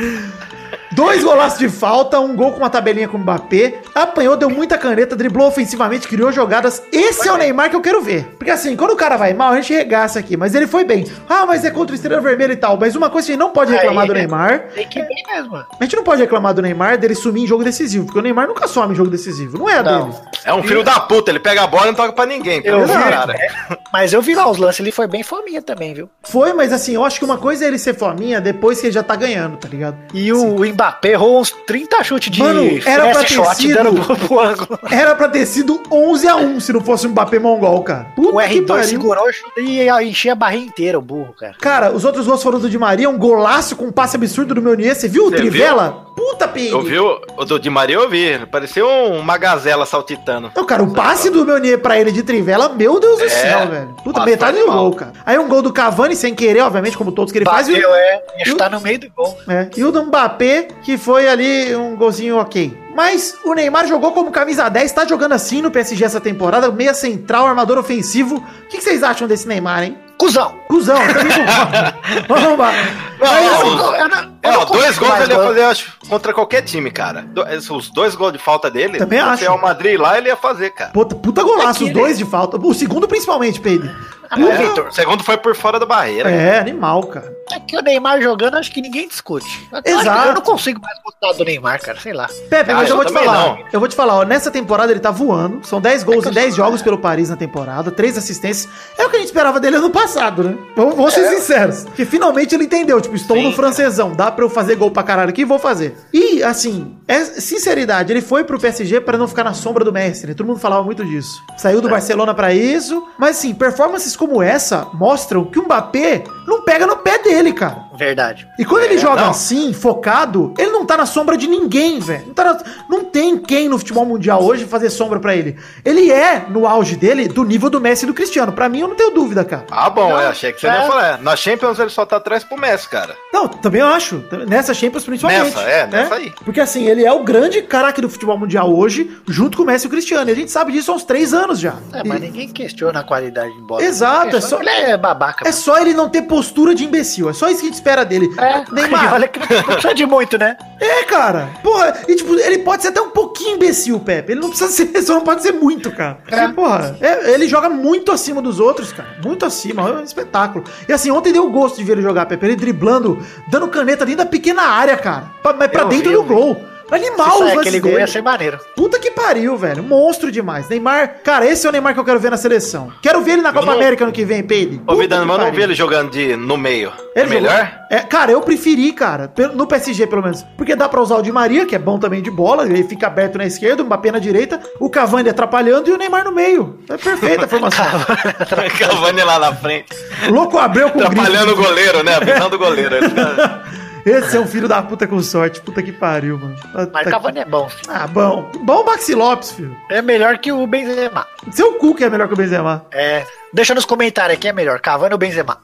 S2: Dois golaços de falta, um gol com uma tabelinha com o Mbappé. Apanhou, deu muita caneta, driblou ofensivamente, criou jogadas. Esse é o Neymar que eu quero ver. Porque assim, quando o cara vai mal, a gente regaça aqui. Mas ele foi bem. Ah, mas é contra o Estrela Vermelha e tal. Mas uma coisa que a gente não pode reclamar
S4: Aí.
S2: do Neymar.
S4: Tem que ir bem mesmo.
S2: A gente não pode reclamar do Neymar dele sumir em jogo decisivo. Porque o Neymar nunca some em jogo decisivo. Não é a
S4: Não.
S2: dele.
S3: É um filho da puta, ele pega a bola e não toca pra ninguém.
S4: Eu
S3: pelo
S4: vi,
S3: cara.
S4: é, mas eu vi lá os lances, ele foi bem fominha também, viu?
S2: Foi, mas assim, eu acho que uma coisa é ele ser fominha depois que ele já tá ganhando, tá ligado?
S4: E o Mbappé errou uns 30 chutes de
S2: Mano, era pra
S4: fast
S2: ter
S4: shot
S2: sido.
S4: dando pro, pro ângulo.
S2: Era pra ter sido 11 a 1 se não fosse um Mbappé mongol, cara. Puta
S4: O R2 segurou o chute e enchia a barra inteira, o burro, cara.
S2: Cara, os outros gols foram do Di Maria, um golaço com um passe absurdo do Meunier. Você viu o
S3: Você
S2: Trivela? Puta, Pig!
S3: Ouviu? O do Di Maria eu vi. Parecia um- uma gazela saltitando.
S2: Então, cara, o passe do Meunier pra ele de trivela, meu Deus do
S3: É,
S2: céu, velho. Puta,
S3: mas
S2: metade
S3: faz
S2: do gol,
S3: mal.
S2: cara. Aí um gol do Cavani, sem querer, obviamente, como todos que ele faz. E o,
S4: Bateu, é. Ia chutar no meio do gol.
S2: é, e o do Mbappé, que foi ali um golzinho ok. Mas o Neymar jogou como camisa 10, tá jogando assim no PSG essa temporada, meia central, armador ofensivo. O que que vocês acham desse Neymar, hein?
S4: Cusão!
S2: Cusão, *laughs* eu também concordo. Vamos lá. Mas,
S3: não,
S2: assim,
S3: não.
S4: eu não- eu
S3: Ó,
S4: não
S3: dois
S4: consigo
S3: gols
S4: mais
S3: ele ia
S4: gol.
S3: fazer, eu acho, contra qualquer time, cara. Do- os dois gols de falta dele,
S2: Também
S3: se
S2: acho.
S3: é o Madrid lá, ele ia fazer, cara.
S2: Puta, puta golaço,
S4: É que
S2: os
S4: ele-
S2: dois de falta. O segundo principalmente, Pedro.
S4: Ah, mas,
S3: É,
S4: Vitor,
S3: o segundo foi por fora da barreira.
S2: É, animal, cara.
S4: é que o Neymar jogando, acho que ninguém discute. Eu acho que
S2: Exato.
S4: Eu não consigo mais gostar do Neymar, cara. Sei lá.
S2: Pepe,
S3: Ah,
S2: mas
S3: eu
S2: eu vou te
S3: também
S2: falar.
S3: não. É
S2: Eu vou te falar, ó. Nessa temporada ele tá voando. São 10 gols em 10 jogos pelo Paris na temporada, 3 assistências. É o que a gente esperava dele ano passado, né? Vamos, vamos
S3: É.
S2: ser sinceros. Que finalmente ele entendeu. Tipo, estou no francesão, dá pra eu fazer gol pra caralho aqui, vou fazer. E, assim, é sinceridade, ele foi pro PSG pra não ficar na sombra do Messi, né? Todo mundo falava muito disso. Saiu
S3: É.
S2: do Barcelona pra isso. Mas, assim, performances como essa mostram que o Mbappé não pega no pé dele, cara.
S4: Verdade.
S2: E quando ele joga
S3: não.
S2: assim, focado, ele não tá na sombra de ninguém, velho. Não, tá na- não tem quem no futebol mundial hoje fazer sombra pra ele. Ele é, no auge dele, do nível do Messi e do Cristiano. Pra mim, eu não tenho dúvida, cara.
S3: Ah, bom,
S4: Não,
S3: eu achei que você
S4: é.
S3: ia falar. Na Champions ele só tá atrás pro Messi, cara.
S2: Não, também eu acho. Nessa Champions, principalmente.
S3: Nessa, é, nessa aí.
S2: Porque assim, ele é o grande caraca do futebol mundial hoje, junto com o Messi e o Cristiano. E a gente sabe disso há uns três anos já.
S4: É,
S2: E-
S4: mas ninguém questiona a qualidade de bola.
S2: Exato, é só-
S4: Ele é babaca.
S2: É só ele não ter postura de imbecil. É só isso que a gente espera dele.
S4: É, *laughs*
S2: Neymar,
S4: olha que não precisa de muito, né?
S2: É, cara. Porra, e tipo, ele pode ser até um pouquinho imbecil, Pepe. Ele não precisa ser, *laughs* só não pode ser muito, cara. Porque, porra, é- ele joga muito acima dos outros, cara. Muito acima, é um espetáculo. E assim, ontem deu gosto de ver ele jogar, Pepe. Ele driblando, dando caneta dentro da pequena área, cara. Pra- mas pra
S3: Eu
S2: dentro
S3: vi, eu
S2: do
S3: vi.
S2: gol. Animal
S4: Se
S2: os
S4: sair
S2: lances
S4: aquele gol ia
S2: dele.
S4: ser maneiro.
S2: Puta que pariu, velho. Monstro demais. Neymar, cara, esse é o Neymar que eu quero ver na seleção. Quero ver ele na Copa
S3: não-
S2: América ano que vem, Pepe.
S3: Ô,
S2: Puta
S3: Vidano, um
S2: que
S3: mas eu não
S2: pariu.
S3: vi ele jogando de, no meio. é
S2: Ele
S3: melhor?
S2: *laughs* jogou- É, cara, eu preferi, cara, pelo- no PSG pelo menos. Porque dá pra usar o Di Maria, que é bom também de bola, ele fica aberto na esquerda, o Mbappé na direita, o Cavani atrapalhando e o Neymar no meio. É perfeita a formação.
S3: *laughs* Cavani lá na frente.
S2: Louco Abreu com
S3: Atrapalhando o
S2: grito.
S3: goleiro, né? A visão do goleiro. Ele tá- fica-
S2: *laughs* Esse é um filho da puta com sorte. Puta que pariu, mano.
S4: Mas
S2: Puta-
S4: Cavani é bom. filho.
S2: Ah, bom. Bom o Maxi Lopes, filho.
S4: É melhor que o Benzema.
S2: Seu cu que é melhor que o Benzema.
S4: É, deixa nos comentários aqui é melhor, Cavani ou Benzema.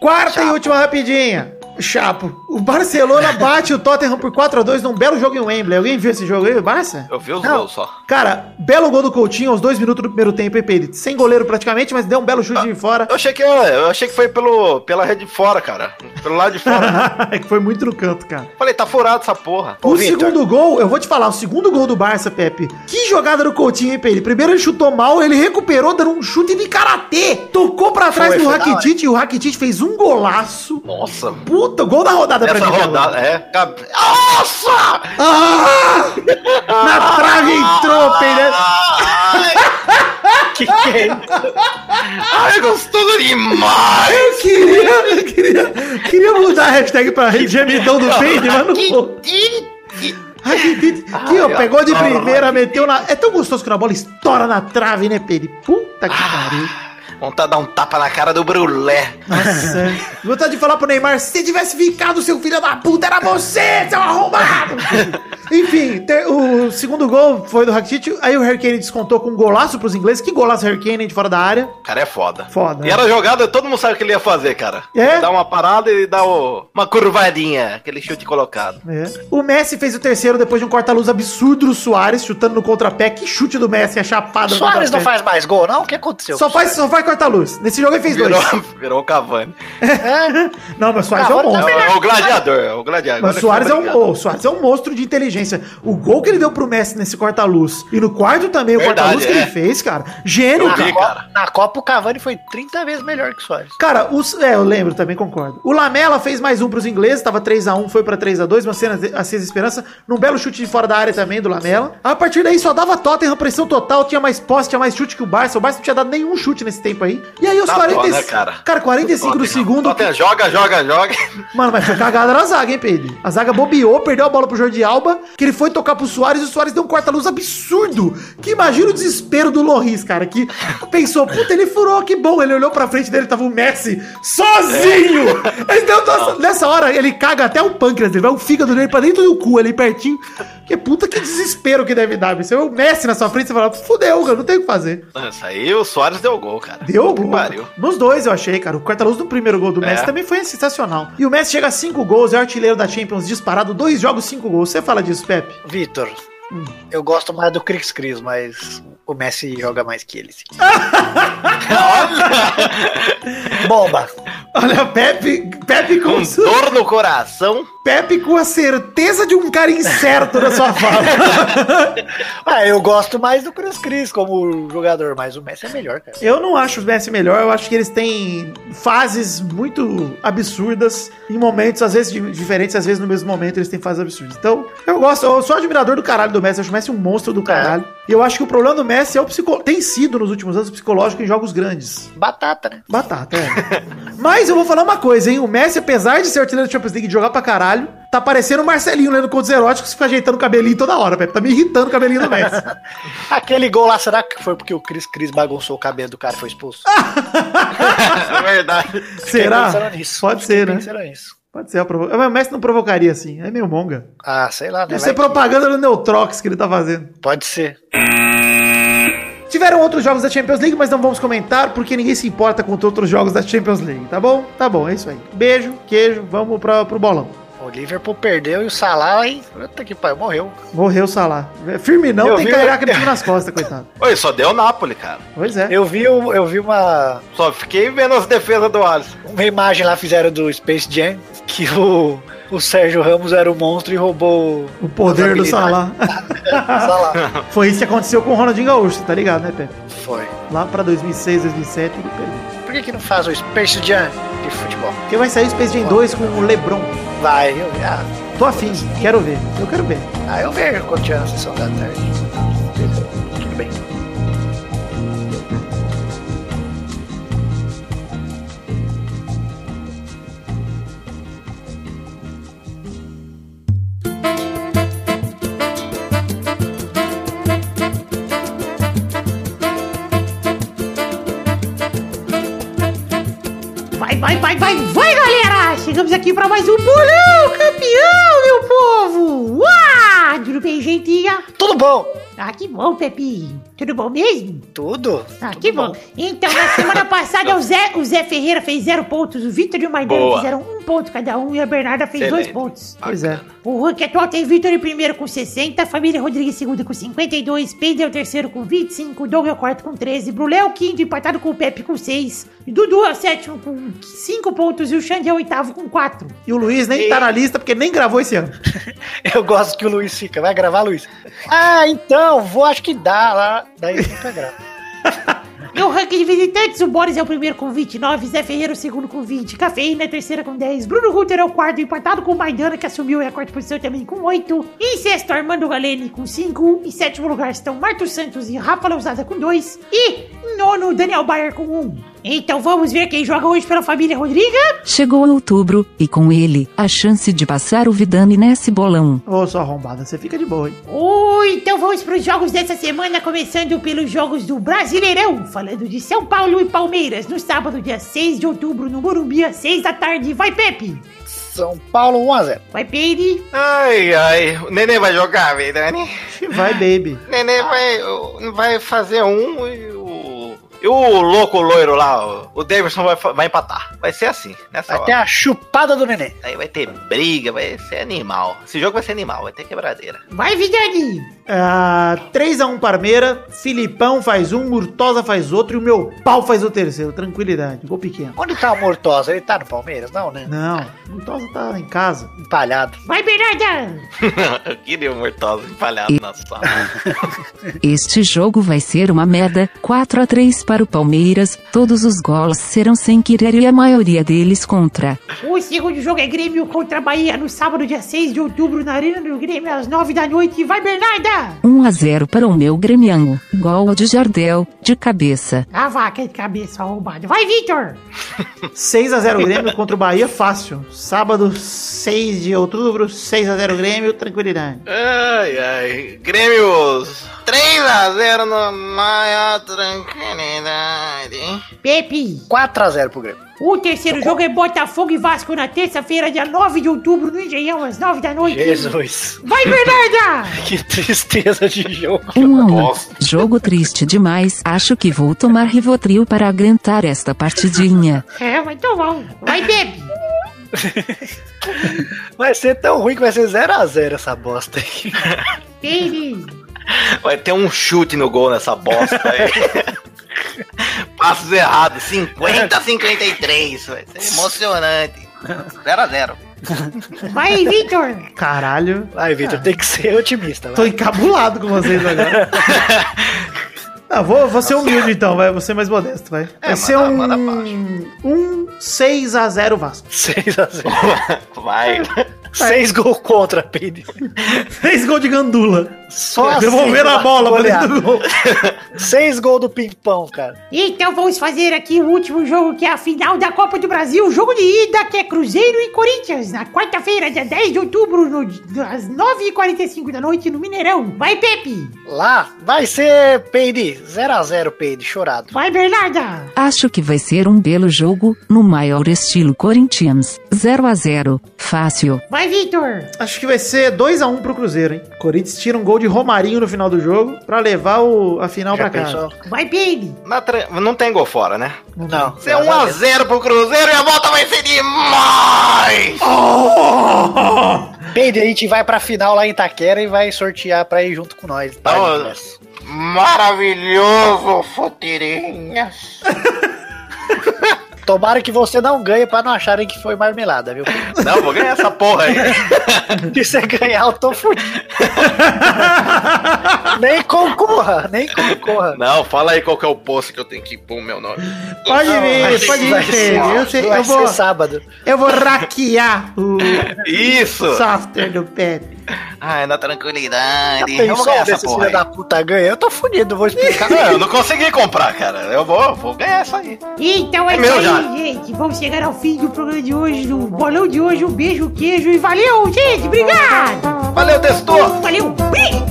S2: Quarta e última rapidinha. Chapo. O Barcelona bate o Tottenham por 4x2 num belo jogo em Wembley. Alguém viu esse jogo aí, Barça?
S3: Eu vi os
S2: Não.
S3: gols só.
S2: Cara, belo gol do Coutinho aos dois minutos do primeiro tempo, hein, Pedro? Sem goleiro praticamente, mas deu um belo chute de fora.
S3: Eu achei que, eu achei que foi pelo, pela rede de fora, cara. Pelo lado de
S2: *laughs*
S3: fora.
S4: Ah.
S2: É que foi muito no canto, cara.
S3: Falei, tá furado essa porra.
S2: o Um segundo gol, eu vou te falar, o segundo gol do Barça, Pepe. Que jogada do Coutinho, hein, Pedro? Primeiro ele chutou mal, ele recuperou dando um chute de karatê. Tocou pra trás
S4: Foi,
S2: do
S4: foi da
S2: Rakitic e o Rakitic fez um golaço.
S3: Nossa.
S2: Puta, gol da rodada
S3: Essa
S2: pra mim.
S3: rodada,
S2: Pelé.
S3: é. Cab- Nossa!
S2: Ah! Na trave entrou, Pedro.
S3: Ai,
S4: Que que é isso?
S3: ai, é gostoso demais!
S2: Eu queria, eu queria, queria mudar a hashtag pra gemidão do Pedro, mas não vou. Ai, que dito. Que ó, pegou de primeira, meteu na. É tão gostoso que a bola estoura na trave, né, Pedro? Puta que pariu.
S3: Vontade de dar um tapa na cara do Brulé.
S2: Nossa. Vontade de falar pro Neymar: se tivesse ficado, seu filho da puta, era você, seu arrombado! Enfim, ter- o segundo gol foi do Rakitic. Aí o Harry Kane descontou com um golaço pros ingleses. Que golaço Harry Kane de fora da área.
S3: O cara é foda.
S2: Foda, né?
S3: E era jogada, todo mundo sabe o que ele ia fazer, cara.
S2: É?
S3: Dar uma parada e dar o- uma curvadinha, aquele chute colocado.
S2: É. O Messi fez o terceiro depois de um corta-luz absurdo do Soares, chutando no contrapé. Que chute do Messi, a chapada no
S4: Soares não
S2: contrapé.
S4: faz mais gol, não? O que aconteceu?
S2: Só faz, só faz corta-luz. Nesse jogo ele fez
S3: Virou,
S2: dois.
S3: *laughs* virou o Cavani.
S2: Não, mas o Soares
S4: Ah,
S2: é um
S4: agora tá
S2: monstro.
S3: É o gladiador, é o gladiador.
S2: Mas
S3: Agora
S2: Soares é,
S3: fica
S2: um,
S3: brigando.
S2: o Soares é um monstro de inteligência. O gol que ele deu pro Messi nesse corta-luz e no quarto também o
S3: Verdade,
S2: corta-luz que
S3: é.
S2: ele fez, cara. Gênio,
S3: Eu
S4: na,
S3: vi,
S2: cara.
S4: Copa,
S3: cara.
S4: na Copa o Cavani foi 30 vezes melhor que o Soares.
S2: Cara, os, é, eu lembro também, concordo. O Lamela fez mais um pros ingleses, tava 3x1, foi pra 3x2, uma cena de- acesa esperança, num belo chute de fora da área também do Lamela. A partir daí só dava Tottenham, pressão total, tinha mais posse, tinha mais chute que o Barça. O Barça não tinha dado nenhum chute nesse tempo aí. E aí os
S3: Dá dó,
S2: 45.
S3: né, cara?
S2: cara? 45 do segundo.
S3: Tottenham joga, joga, joga.
S2: Mano, mas foi cagada na zaga, hein, Pedro? A zaga bobeou, perdeu a bola pro Jordi Alba, que ele foi tocar pro Soares e o Soares deu um corta-luz absurdo. Que imagina o desespero do Loris, cara, que pensou, puta, ele furou, que bom. Ele olhou pra frente dele, tava o Messi sozinho. Ele deu- nossa, nessa hora, ele caga até o pâncreas dele, vai o fígado dele pra dentro do cu ali pertinho. Que puta, que desespero que deve dar, Você vê o Messi na sua frente, você fala, fudeu, cara, não tem o que fazer.
S3: Nossa, aí o Soares deu gol, cara.
S2: Deu
S3: Que
S2: gol.
S3: Pariu.
S2: Nos dois eu achei, cara. O corta-luz do primeiro gol do
S3: É.
S2: Messi também foi sensacional. E o Messi chega a cinco gols, é o artilheiro da Champions, disparado, dois jogos, cinco gols. Você fala disso, Pepe?
S4: Vitor, eu gosto mais do Crix Cris, mas o Messi joga mais que
S2: *laughs*
S4: ele. sim. Bomba!
S2: Olha, Pepe, Pepe com,
S3: Com *laughs* dor no coração. *laughs*
S2: Pepe com a certeza de um cara incerto na
S3: *laughs*
S2: sua fala.
S4: Ah, eu gosto mais do Cruz Cris como jogador, mas o Messi é melhor, cara.
S2: Eu não acho o Messi melhor, eu acho que eles têm fases muito absurdas em momentos, às vezes di- diferentes, às vezes no mesmo momento eles têm fases absurdas. Então, eu gosto, eu sou admirador do caralho do Messi, eu acho o Messi um monstro do caralho. E eu acho que o problema do Messi é o psico... tem sido nos últimos anos psicológico em jogos grandes.
S4: Batata, né?
S2: Batata,
S4: *laughs*
S2: é. Mas eu vou falar uma coisa, hein? O Messi, apesar de ser artilheiro da Champions League e jogar pra caralho, tá parecendo o Marcelinho lendo contos eróticos que fica ajeitando o cabelinho toda hora, Pepe. Tá me irritando o cabelinho do
S4: *laughs*
S2: Messi.
S4: Aquele gol lá, será que foi porque o Cris Cris bagunçou o cabelo do cara e foi expulso?
S2: Ah,
S3: É verdade.
S2: Será?
S4: Pensando nisso.
S2: Pode ser, né?
S4: Pensando nisso.
S2: Pode ser. eu provo- Ah, Mas o Messi não provocaria assim. É meio monga.
S4: Ah, sei lá, né?
S2: Deve ser
S4: Vai que-
S2: propaganda do Neutrox que ele tá fazendo.
S4: Pode ser.
S2: Tiveram outros jogos da Champions League, mas não vamos comentar porque ninguém se importa com outros jogos da Champions League, tá bom? Tá bom, é isso aí. Beijo, queijo, vamos pra, pro bolão.
S4: O Liverpool perdeu e o Salah, hein? Puta que pariu, morreu.
S2: Morreu o Salah. É Firme não,
S4: Eu
S2: tem
S4: vi-
S2: caiaque no time nas costas, coitado.
S3: Oi, só deu o Napoli, cara.
S2: Pois é.
S4: Eu vi, o- eu vi uma,
S3: Só fiquei vendo as defesas do Alisson.
S4: uma imagem lá, fizeram do Space Jam, que o, o Sérgio Ramos era o monstro e roubou
S2: O poder do Salah. *laughs*
S4: o Salah.
S2: Foi isso que aconteceu com o Ronaldinho Gaúcho, tá ligado, né, Pepe?
S4: Foi.
S2: Lá pra 2006, 2007, ele perdeu.
S4: Por que, que não faz o Space Jam de futebol?
S2: Porque vai sair o Space Jam 2 com o LeBron.
S4: Vai, eu, ah,
S2: Tô afim, quero ver. Eu quero ver.
S4: ah, eu vejo quando tiver na sessão da tarde. Tudo bem.
S7: Vai, vai, vai, vai, vai, galera! Chegamos aqui pra mais um bolão campeão, meu povo! Uau! Tudo bem, gentinha?
S4: Tudo bom?
S7: Ah, que bom, Pepinho. Tudo bom mesmo?
S4: Tudo?
S7: Ah, que bom. Então, na semana passada, o Zé, o Zé Ferreira fez zero pontos, o Vitor e o Maidana
S3: Boa.
S7: fizeram um ponto cada um e a Bernarda fez
S3: Excelente.
S7: dois pontos.
S2: Pois é.
S7: O ranking atual tem Vitor em primeiro com 60, a família Rodrigues em segundo com 52, Pedro é o terceiro com 25, Doug é o quarto com 13, Brulé é o quinto, empatado com o Pepe com 6, Dudu é o sétimo com 5 pontos e o Xande é o oitavo com 4.
S2: E o Luiz nem tá na lista porque nem gravou esse ano.
S4: Eu gosto que o Luiz fica. Vai gravar, Luiz? Ah, então, vou, acho que dá lá. Daí fica grava.
S7: No ranking de visitantes, o Boris é o primeiro com 29, Zé Ferreira é o segundo com 20, Cafeína é a terceira com 10, Bruno Guter é o quarto, empatado com o Maidana, que assumiu a quarta posição também com 8, em sexto, Armando Galeni com 5, em sétimo lugar estão Marto Santos e Rafa Lousada com 2, e em nono, Daniel Bayer com 1. Então vamos ver quem joga hoje pela família Rodriga.
S8: Chegou outubro, e com ele, a chance de passar o Vidani nesse bolão.
S2: Ô, sua arrombada, você fica de boa, hein?
S7: Oh, então vamos para os jogos dessa semana, começando pelos jogos do Brasileirão, falando de São Paulo e Palmeiras, no sábado, dia 6 de outubro, no Morumbi, às 6 da tarde. Vai, Pepe!
S4: São Paulo 1x0.
S7: Vai, Peire.
S3: Ai, ai. O Nenê vai jogar, Vidani.
S2: Vai, baby.
S3: Nenê vai, vai fazer um e o. E o louco loiro lá, o- o Davidson vai, fa- vai empatar. Vai ser assim, nessa
S4: Vai ter
S3: hora.
S4: a chupada do neném.
S3: Aí vai ter briga, vai ser animal. Esse jogo vai ser animal, vai ter quebradeira. *laughs*
S7: Vai, Vidani!
S2: Ah, 3x1 Parmeira, Filipão faz um, Murtosa faz outro e o meu pau faz o terceiro. Tranquilidade, gol pequeno.
S4: Onde tá o Mortosa? Ele tá no Palmeiras? Não, né?
S2: Não, Murtosa tá em casa.
S4: Empalhado.
S7: Vai, Bernarda!
S3: Eu queria o Mortosa empalhado na sala.
S8: Este jogo vai ser uma merda, 4 a 3 para o Palmeiras, todos os gols serão sem querer e a maioria deles contra.
S7: O segundo jogo é Grêmio contra Bahia no sábado, dia 6 de outubro, na Arena do Grêmio, às 9 da noite. Vai, Bernarda! Bora!
S8: 1 a 0 para o meu gremião. Gol de Jardel, de cabeça.
S7: A vaca de Ah, cabeça arrombada. Vai, Vitor!
S3: *laughs*
S2: 6x0 Grêmio contra o Bahia, fácil. Sábado, 6 de outubro, 6x0 Grêmio, tranquilidade.
S3: Ai, ai. Grêmios. 3x0 na maior tranquilidade.
S7: Pepe!
S4: 4x0 pro Grêmio.
S7: O terceiro jogo é Botafogo e Vasco na terça-feira, dia 9 de outubro, no Engenhão, às 9 da noite.
S4: Jesus,
S7: Vai, Bernarda!
S4: *laughs* que tristeza de jogo.
S8: 1 a 1. Jogo triste demais. Acho que vou tomar Rivotril para aguentar esta partidinha.
S7: É, vai tomar um. Vai, Pepe!
S4: Vai ser tão ruim que vai ser 0x0 essa bosta aí.
S7: Pepe!
S3: Vai ter um chute no gol nessa bosta *laughs* aí. Passos errados. 50 53. Vai ser emocionante. 0x0.
S7: Vai, Vitor!
S2: Caralho.
S4: Vai, Vitor, tem que ser otimista.
S2: Tô
S4: Vai.
S2: encabulado com
S3: *laughs*
S2: vocês agora. Ah, vou, vou ser humilde então, vai. Vou ser mais modesto, vai. Vai
S3: manda-
S2: ser um.
S3: É, manda abaixo.
S2: Um 6x0 Vasco.
S4: 6x0.
S3: Vai.
S4: 6 gols contra, Pedro.
S2: Fez gol de gandula.
S4: Só assim.
S2: *laughs* Devolveram a bola pra
S4: Goleada.
S2: dentro do gol.
S4: 6 gols do Pimpão, cara.
S7: Então vamos fazer aqui o último jogo, que é a final da Copa do Brasil, o jogo de ida, que é Cruzeiro e Corinthians, na quarta-feira, dia 10 de outubro, no, às 9h45 da noite, no Mineirão. Vai, Pepe!
S4: Lá vai ser Peide. 0x0, Peide, chorado.
S7: Vai, Bernarda!
S8: Acho que vai ser um belo jogo, no maior estilo Corinthians. 0 a 0. Fácil.
S7: Vai, Vitor!
S2: *laughs* Acho que vai ser 2x1 pro Cruzeiro, hein? Corinthians tira um gol de Romarinho no final do jogo pra levar o, a final pra
S4: Já
S2: casa.
S4: pensou?
S7: Vai, Pepe!
S3: Na tra- Não tem gol fora, né?
S4: Não.
S3: Vai ser 1x0 pro Cruzeiro e a volta vai ser demais!
S4: Peide, a gente vai pra final lá em Itaquera e vai sortear pra ir junto com nós. Tá,
S3: Não,
S4: Lucas?
S3: Então, Maravilhoso, foteirinhas!
S4: Tomara que você não ganhe pra não acharem que foi
S3: *laughs*
S4: marmelada, viu?
S3: Não, vou ganhar essa porra *laughs* aí.
S4: Se você ganhar, eu tô fudido. nem concorra, nem concorra.
S3: Não, fala aí qual que é o posto que eu tenho que pôr o meu nome.
S2: Pode
S4: Vai
S2: vir,
S4: ser-
S2: pode
S4: vai
S2: vir,
S4: ser-
S2: Pedro. Eu, sei-
S4: vai
S2: eu vou,
S4: ser sábado.
S2: eu vou hackear o
S3: Isso!
S2: software do Pepe.
S3: Ai, na Ah,
S4: Já
S3: é tranquilidade. Eu vou
S4: pensou
S3: ganhar
S4: ver
S3: essa
S4: se esse filho
S3: porra
S4: um da
S3: aí.
S4: puta ganha? Eu tô fudido, vou explicar.
S3: Não, eu não consegui comprar, cara. Eu vou, vou ganhar essa aí.
S7: Então é,
S3: É
S7: isso
S3: meu
S7: aí,
S3: já.
S7: gente. Vamos chegar ao fim do programa de hoje, do bolão de hoje. Um beijo, queijo e valeu, gente. Obrigado.
S3: Valeu, testou!
S7: Valeu. Bri.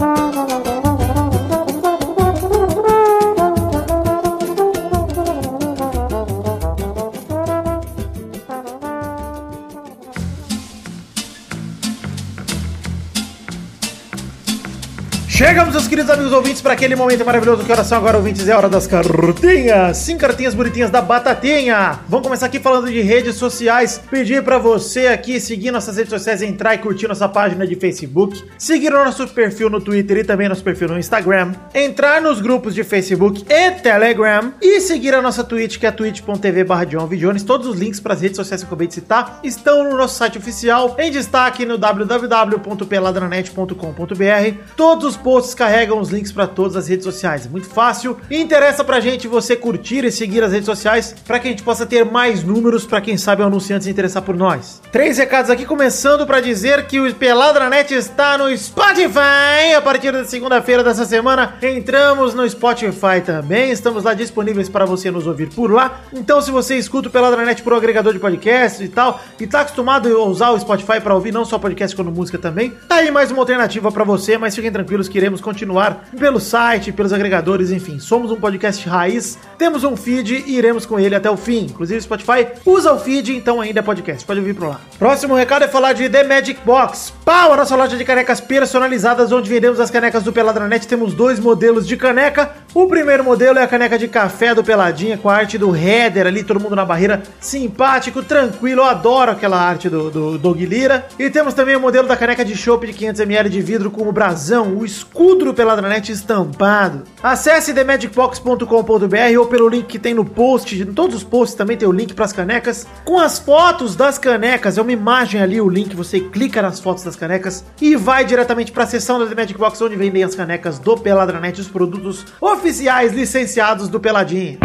S2: Chegamos, meus queridos amigos ouvintes, para aquele momento maravilhoso que horas são agora, ouvintes, é a hora das cartinhas. Cinco cartinhas bonitinhas da Batatinha. Vamos começar aqui falando de redes sociais. Pedir para você aqui seguir nossas redes sociais, entrar e curtir nossa página de Facebook, seguir o nosso perfil no Twitter e também nosso perfil no Instagram, entrar nos grupos de Facebook e Telegram e seguir a nossa Twitch, que é twitch.tv barra Jones. Todos os links para as redes sociais que eu acabei de citar estão no nosso site oficial, em destaque no www.peladranet.com.br. Todos os posts carregam os links para todas as redes sociais. É Muito fácil. E interessa pra gente você curtir e seguir as redes sociais para que a gente possa ter mais números para quem sabe o anunciante se interessar por nós. Três recados aqui, começando para dizer que o Peladranet está no Spotify. A partir da segunda-feira dessa semana, entramos no Spotify também. Estamos lá disponíveis para você nos ouvir por lá. Então, se você escuta o Peladranet por um agregador de podcast e tal, e tá acostumado a usar o Spotify para ouvir não só podcast quanto música também, tá aí mais uma alternativa para você, mas fiquem tranquilos que iremos continuar pelo site, pelos agregadores, enfim. Somos um podcast raiz, temos um feed e iremos com ele até o fim. Inclusive, o Spotify usa o feed, então ainda é podcast. Pode ouvir por lá. Próximo recado é falar de The Magic Box. Pau, a nossa loja de canecas personalizadas, onde vendemos as canecas do Peladranet. Temos dois modelos de caneca. O primeiro modelo é a caneca de café do Peladinha, com a arte do Header ali, todo mundo na barreira. Simpático, tranquilo, eu adoro aquela arte do, do, do Guilira. E temos também o modelo da caneca de chopp de 500ml de vidro com o brasão, o escudo do Peladranet estampado. Acesse themagicbox.com.br ou pelo link que tem no post, em todos os posts também tem o link para as canecas, com as fotos das canecas, é uma imagem ali o link, você clica nas fotos das canecas e vai diretamente para a seção da The Magic Box onde vendem as canecas do Peladranet, os produtos oficiais licenciados do Peladinho.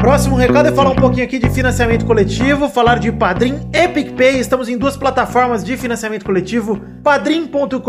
S2: Próximo recado é falar um pouquinho aqui de financiamento coletivo, falar de Padrim e PicPay. Estamos em duas plataformas de financiamento coletivo, padrim.com.br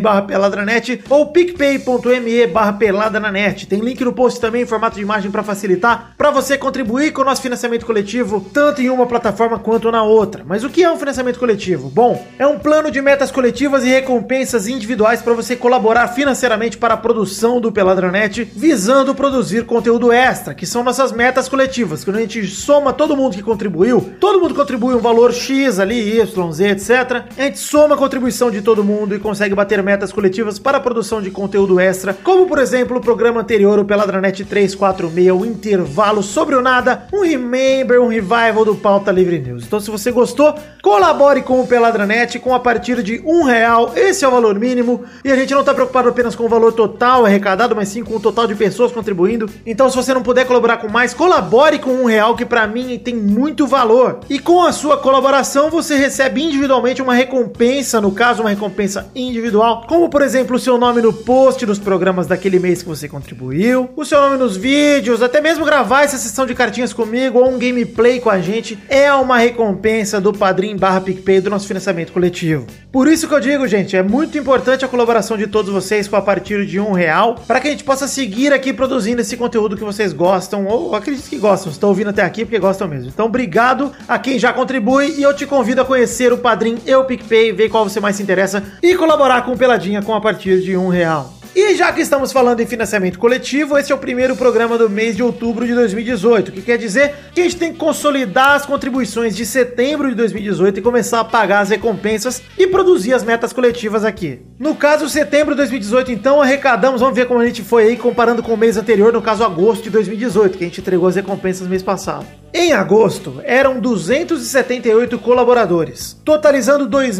S2: barra peladranet ou picpay.me barra peladranet. Tem link no post também em formato de imagem para facilitar, para você contribuir com o nosso financiamento coletivo, tanto em uma plataforma quanto na outra. Mas o que é um financiamento coletivo? Bom, é um plano de metas coletivas e recompensas individuais para você colaborar financeiramente para a produção do Peladranet, visando produzir conteúdo extra, que são nossas metas coletivas. Quando a gente soma todo mundo que contribuiu, todo mundo contribui um valor X ali, Y, Z, etc. A gente soma a contribuição de todo mundo e consegue bater metas coletivas para a produção de conteúdo extra, como por exemplo o programa anterior, o Peladranet 346, o intervalo sobre o nada, um remember, um revival do Pauta Livre News. Então se você gostou, colabore com o Peladranet com a partir de um real, esse é o valor mínimo, e a gente não está preocupado apenas com o valor total arrecadado, mas sim com o total de pessoas contribuindo. Então se você não puder colaborar com mais, colabore com um real que para mim tem muito valor. E com a sua colaboração você recebe individualmente uma recompensa, no caso uma recompensa individual, como por exemplo o seu nome no post dos programas daquele mês que você contribuiu, o seu nome nos vídeos, até mesmo gravar essa sessão de cartinhas comigo ou um gameplay com a gente é uma recompensa do Padrim barra PicPay do nosso financiamento coletivo. Por isso que eu digo, gente, é muito importante a colaboração de todos vocês com a partir de um real para que a gente possa seguir aqui produzindo esse conteúdo que vocês gostam ou acredito que gostam, estão ouvindo até aqui porque gostam mesmo. Então obrigado a quem já contribui e eu te convido a conhecer o Padrim Eu PicPay, ver qual você mais se interessa e colaborar com o Peladinha com a partir de um real. E já que estamos falando em financiamento coletivo, esse é o primeiro programa do mês de outubro de 2018, que quer dizer que a gente tem que consolidar as contribuições de setembro de 2018 e começar a pagar as recompensas e produzir as metas coletivas aqui. No caso, setembro de 2018, então, arrecadamos, vamos ver como a gente foi aí comparando com o mês anterior, no caso, agosto de 2018, que a gente entregou as recompensas no mês passado. Em agosto, eram 278 colaboradores, totalizando R$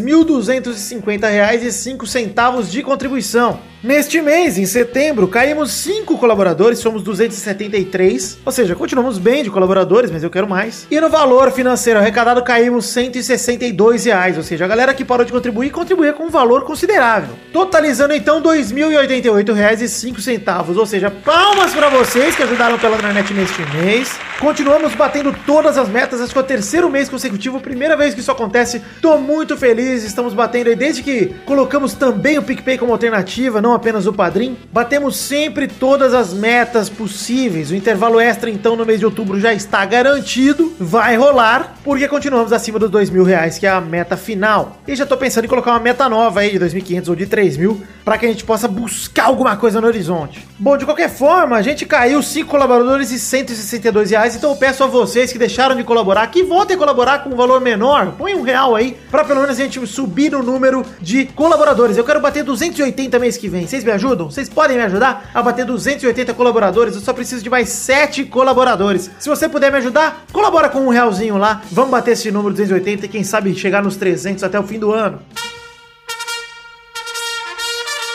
S2: 2.250,05 de contribuição. Neste mês, em setembro, caímos 5 colaboradores, somos 273, ou seja, continuamos bem de colaboradores, mas eu quero mais. E no valor financeiro arrecadado caímos R$ 162, reais, ou seja, a galera que parou de contribuir contribuía com um valor considerável, totalizando então R$ 2.088,05, ou seja, palmas para vocês que ajudaram pela internet neste mês. Continuamos batendo todas as metas, acho que é o terceiro mês consecutivo, primeira vez que isso acontece. Tô muito feliz, estamos batendo aí desde que colocamos também o PicPay como alternativa, não apenas o Padrim. Batemos sempre todas as metas possíveis. O intervalo extra, então, no mês de outubro já está garantido, vai rolar, porque continuamos acima dos dois mil reais, que é a meta final. E já tô pensando em colocar uma meta nova aí de 2.500 ou de 3.000, para que a gente possa buscar alguma coisa no horizonte. Bom, de qualquer forma, a gente caiu 5 colaboradores e 162 reais, então eu peço a vocês que deixaram de colaborar, que voltem a colaborar com um valor menor, põe um real aí, pra pelo menos a gente subir no número de colaboradores. Eu quero bater 280 mês que vem, vocês me ajudam? Vocês podem me ajudar a bater 280 colaboradores? Eu só preciso de mais 7 colaboradores. Se você puder me ajudar, colabora com um realzinho lá, vamos bater esse número 280 e quem sabe chegar nos 300 até o fim do ano.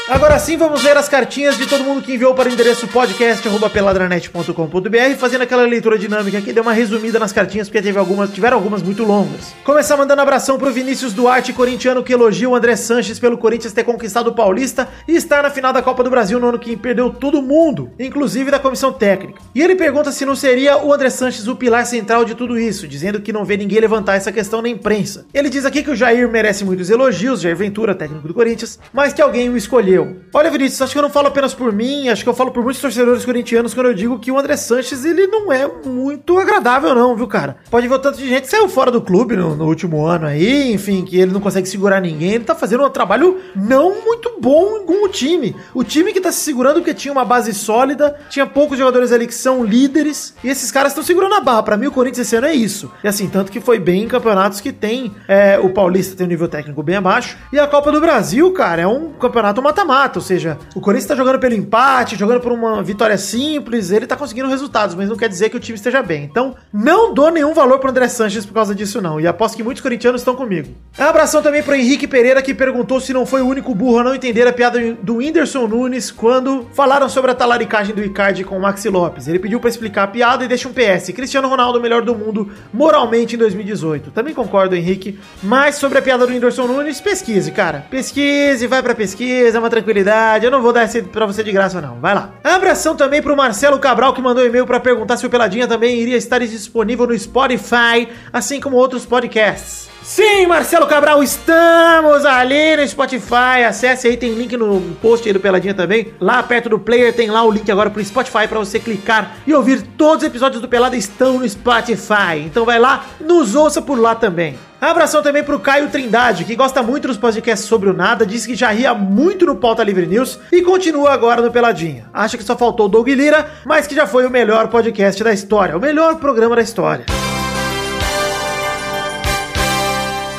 S2: Agora sim, vamos ler as cartinhas de todo mundo que enviou para o endereço podcast.peladranet.com.br, fazendo aquela leitura dinâmica aqui, deu uma resumida nas cartinhas, porque teve algumas, tiveram algumas muito longas. Começar mandando abração pro Vinícius Duarte, corintiano, que elogia o André Sanches pelo Corinthians ter conquistado o Paulista e estar na final da Copa do Brasil no ano que perdeu todo mundo, inclusive da comissão técnica. E ele pergunta se não seria o André Sanches o pilar central de tudo isso, dizendo que não vê ninguém levantar essa questão na imprensa. Ele diz aqui que o Jair merece muitos elogios, Jair Ventura, técnico do Corinthians, mas que alguém o escolheu escolheu. Olha, Vinícius, acho que eu não falo apenas por mim, acho que eu falo por muitos torcedores corintianos quando eu digo que o André Sanches, ele não é muito agradável não, viu, cara? Pode ver o tanto de gente que saiu fora do clube no, no último ano aí, enfim, que ele não consegue segurar ninguém, ele tá fazendo um trabalho não muito bom com o time. O time que tá se segurando porque tinha uma base sólida, tinha poucos jogadores ali que são líderes, e esses caras estão segurando a barra. Pra mim, o Corinthians esse ano é isso. E assim, tanto que foi bem em campeonatos que tem, é, o Paulista tem um nível técnico bem abaixo, e a Copa do Brasil, cara, é um campeonato uma mata-mata, ou seja, o Corinthians tá jogando pelo empate, jogando por uma vitória simples, ele tá conseguindo resultados, mas não quer dizer que o time esteja bem. Então, não dou nenhum valor pro André Sanches por causa disso, não. E aposto que muitos corintianos estão comigo. Um abração também pro Henrique Pereira, que perguntou se não foi o único burro a não entender a piada do Whindersson Nunes quando falaram sobre a talaricagem do Icardi com o Maxi Lopes. Ele pediu para explicar a piada e deixa um PS. Cristiano Ronaldo, melhor do mundo, moralmente em 2018. Também concordo, Henrique. Mas sobre a piada do Whindersson Nunes, pesquise, cara. Pesquise, vai pra pesquisa, é uma tranquilidade. Eu não vou dar esse pra você de graça, não. Vai lá. Abração também pro Marcelo Cabral, que mandou e-mail pra perguntar se o Peladinha também iria estar disponível no Spotify, assim como outros podcasts. Sim, Marcelo Cabral, estamos ali no Spotify. Acesse aí, tem link no post aí do Peladinha também. Lá perto do player tem lá o link agora pro Spotify pra você clicar e ouvir todos os episódios do Pelada estão no Spotify. Então vai lá, nos ouça por lá também. Abração também pro Caio Trindade, que gosta muito dos podcasts sobre o nada, disse que já ria muito no Pauta Livre News e continua agora no Peladinha. Acha que só faltou o Doug Lira, mas que já foi o melhor podcast da história, o melhor programa da história.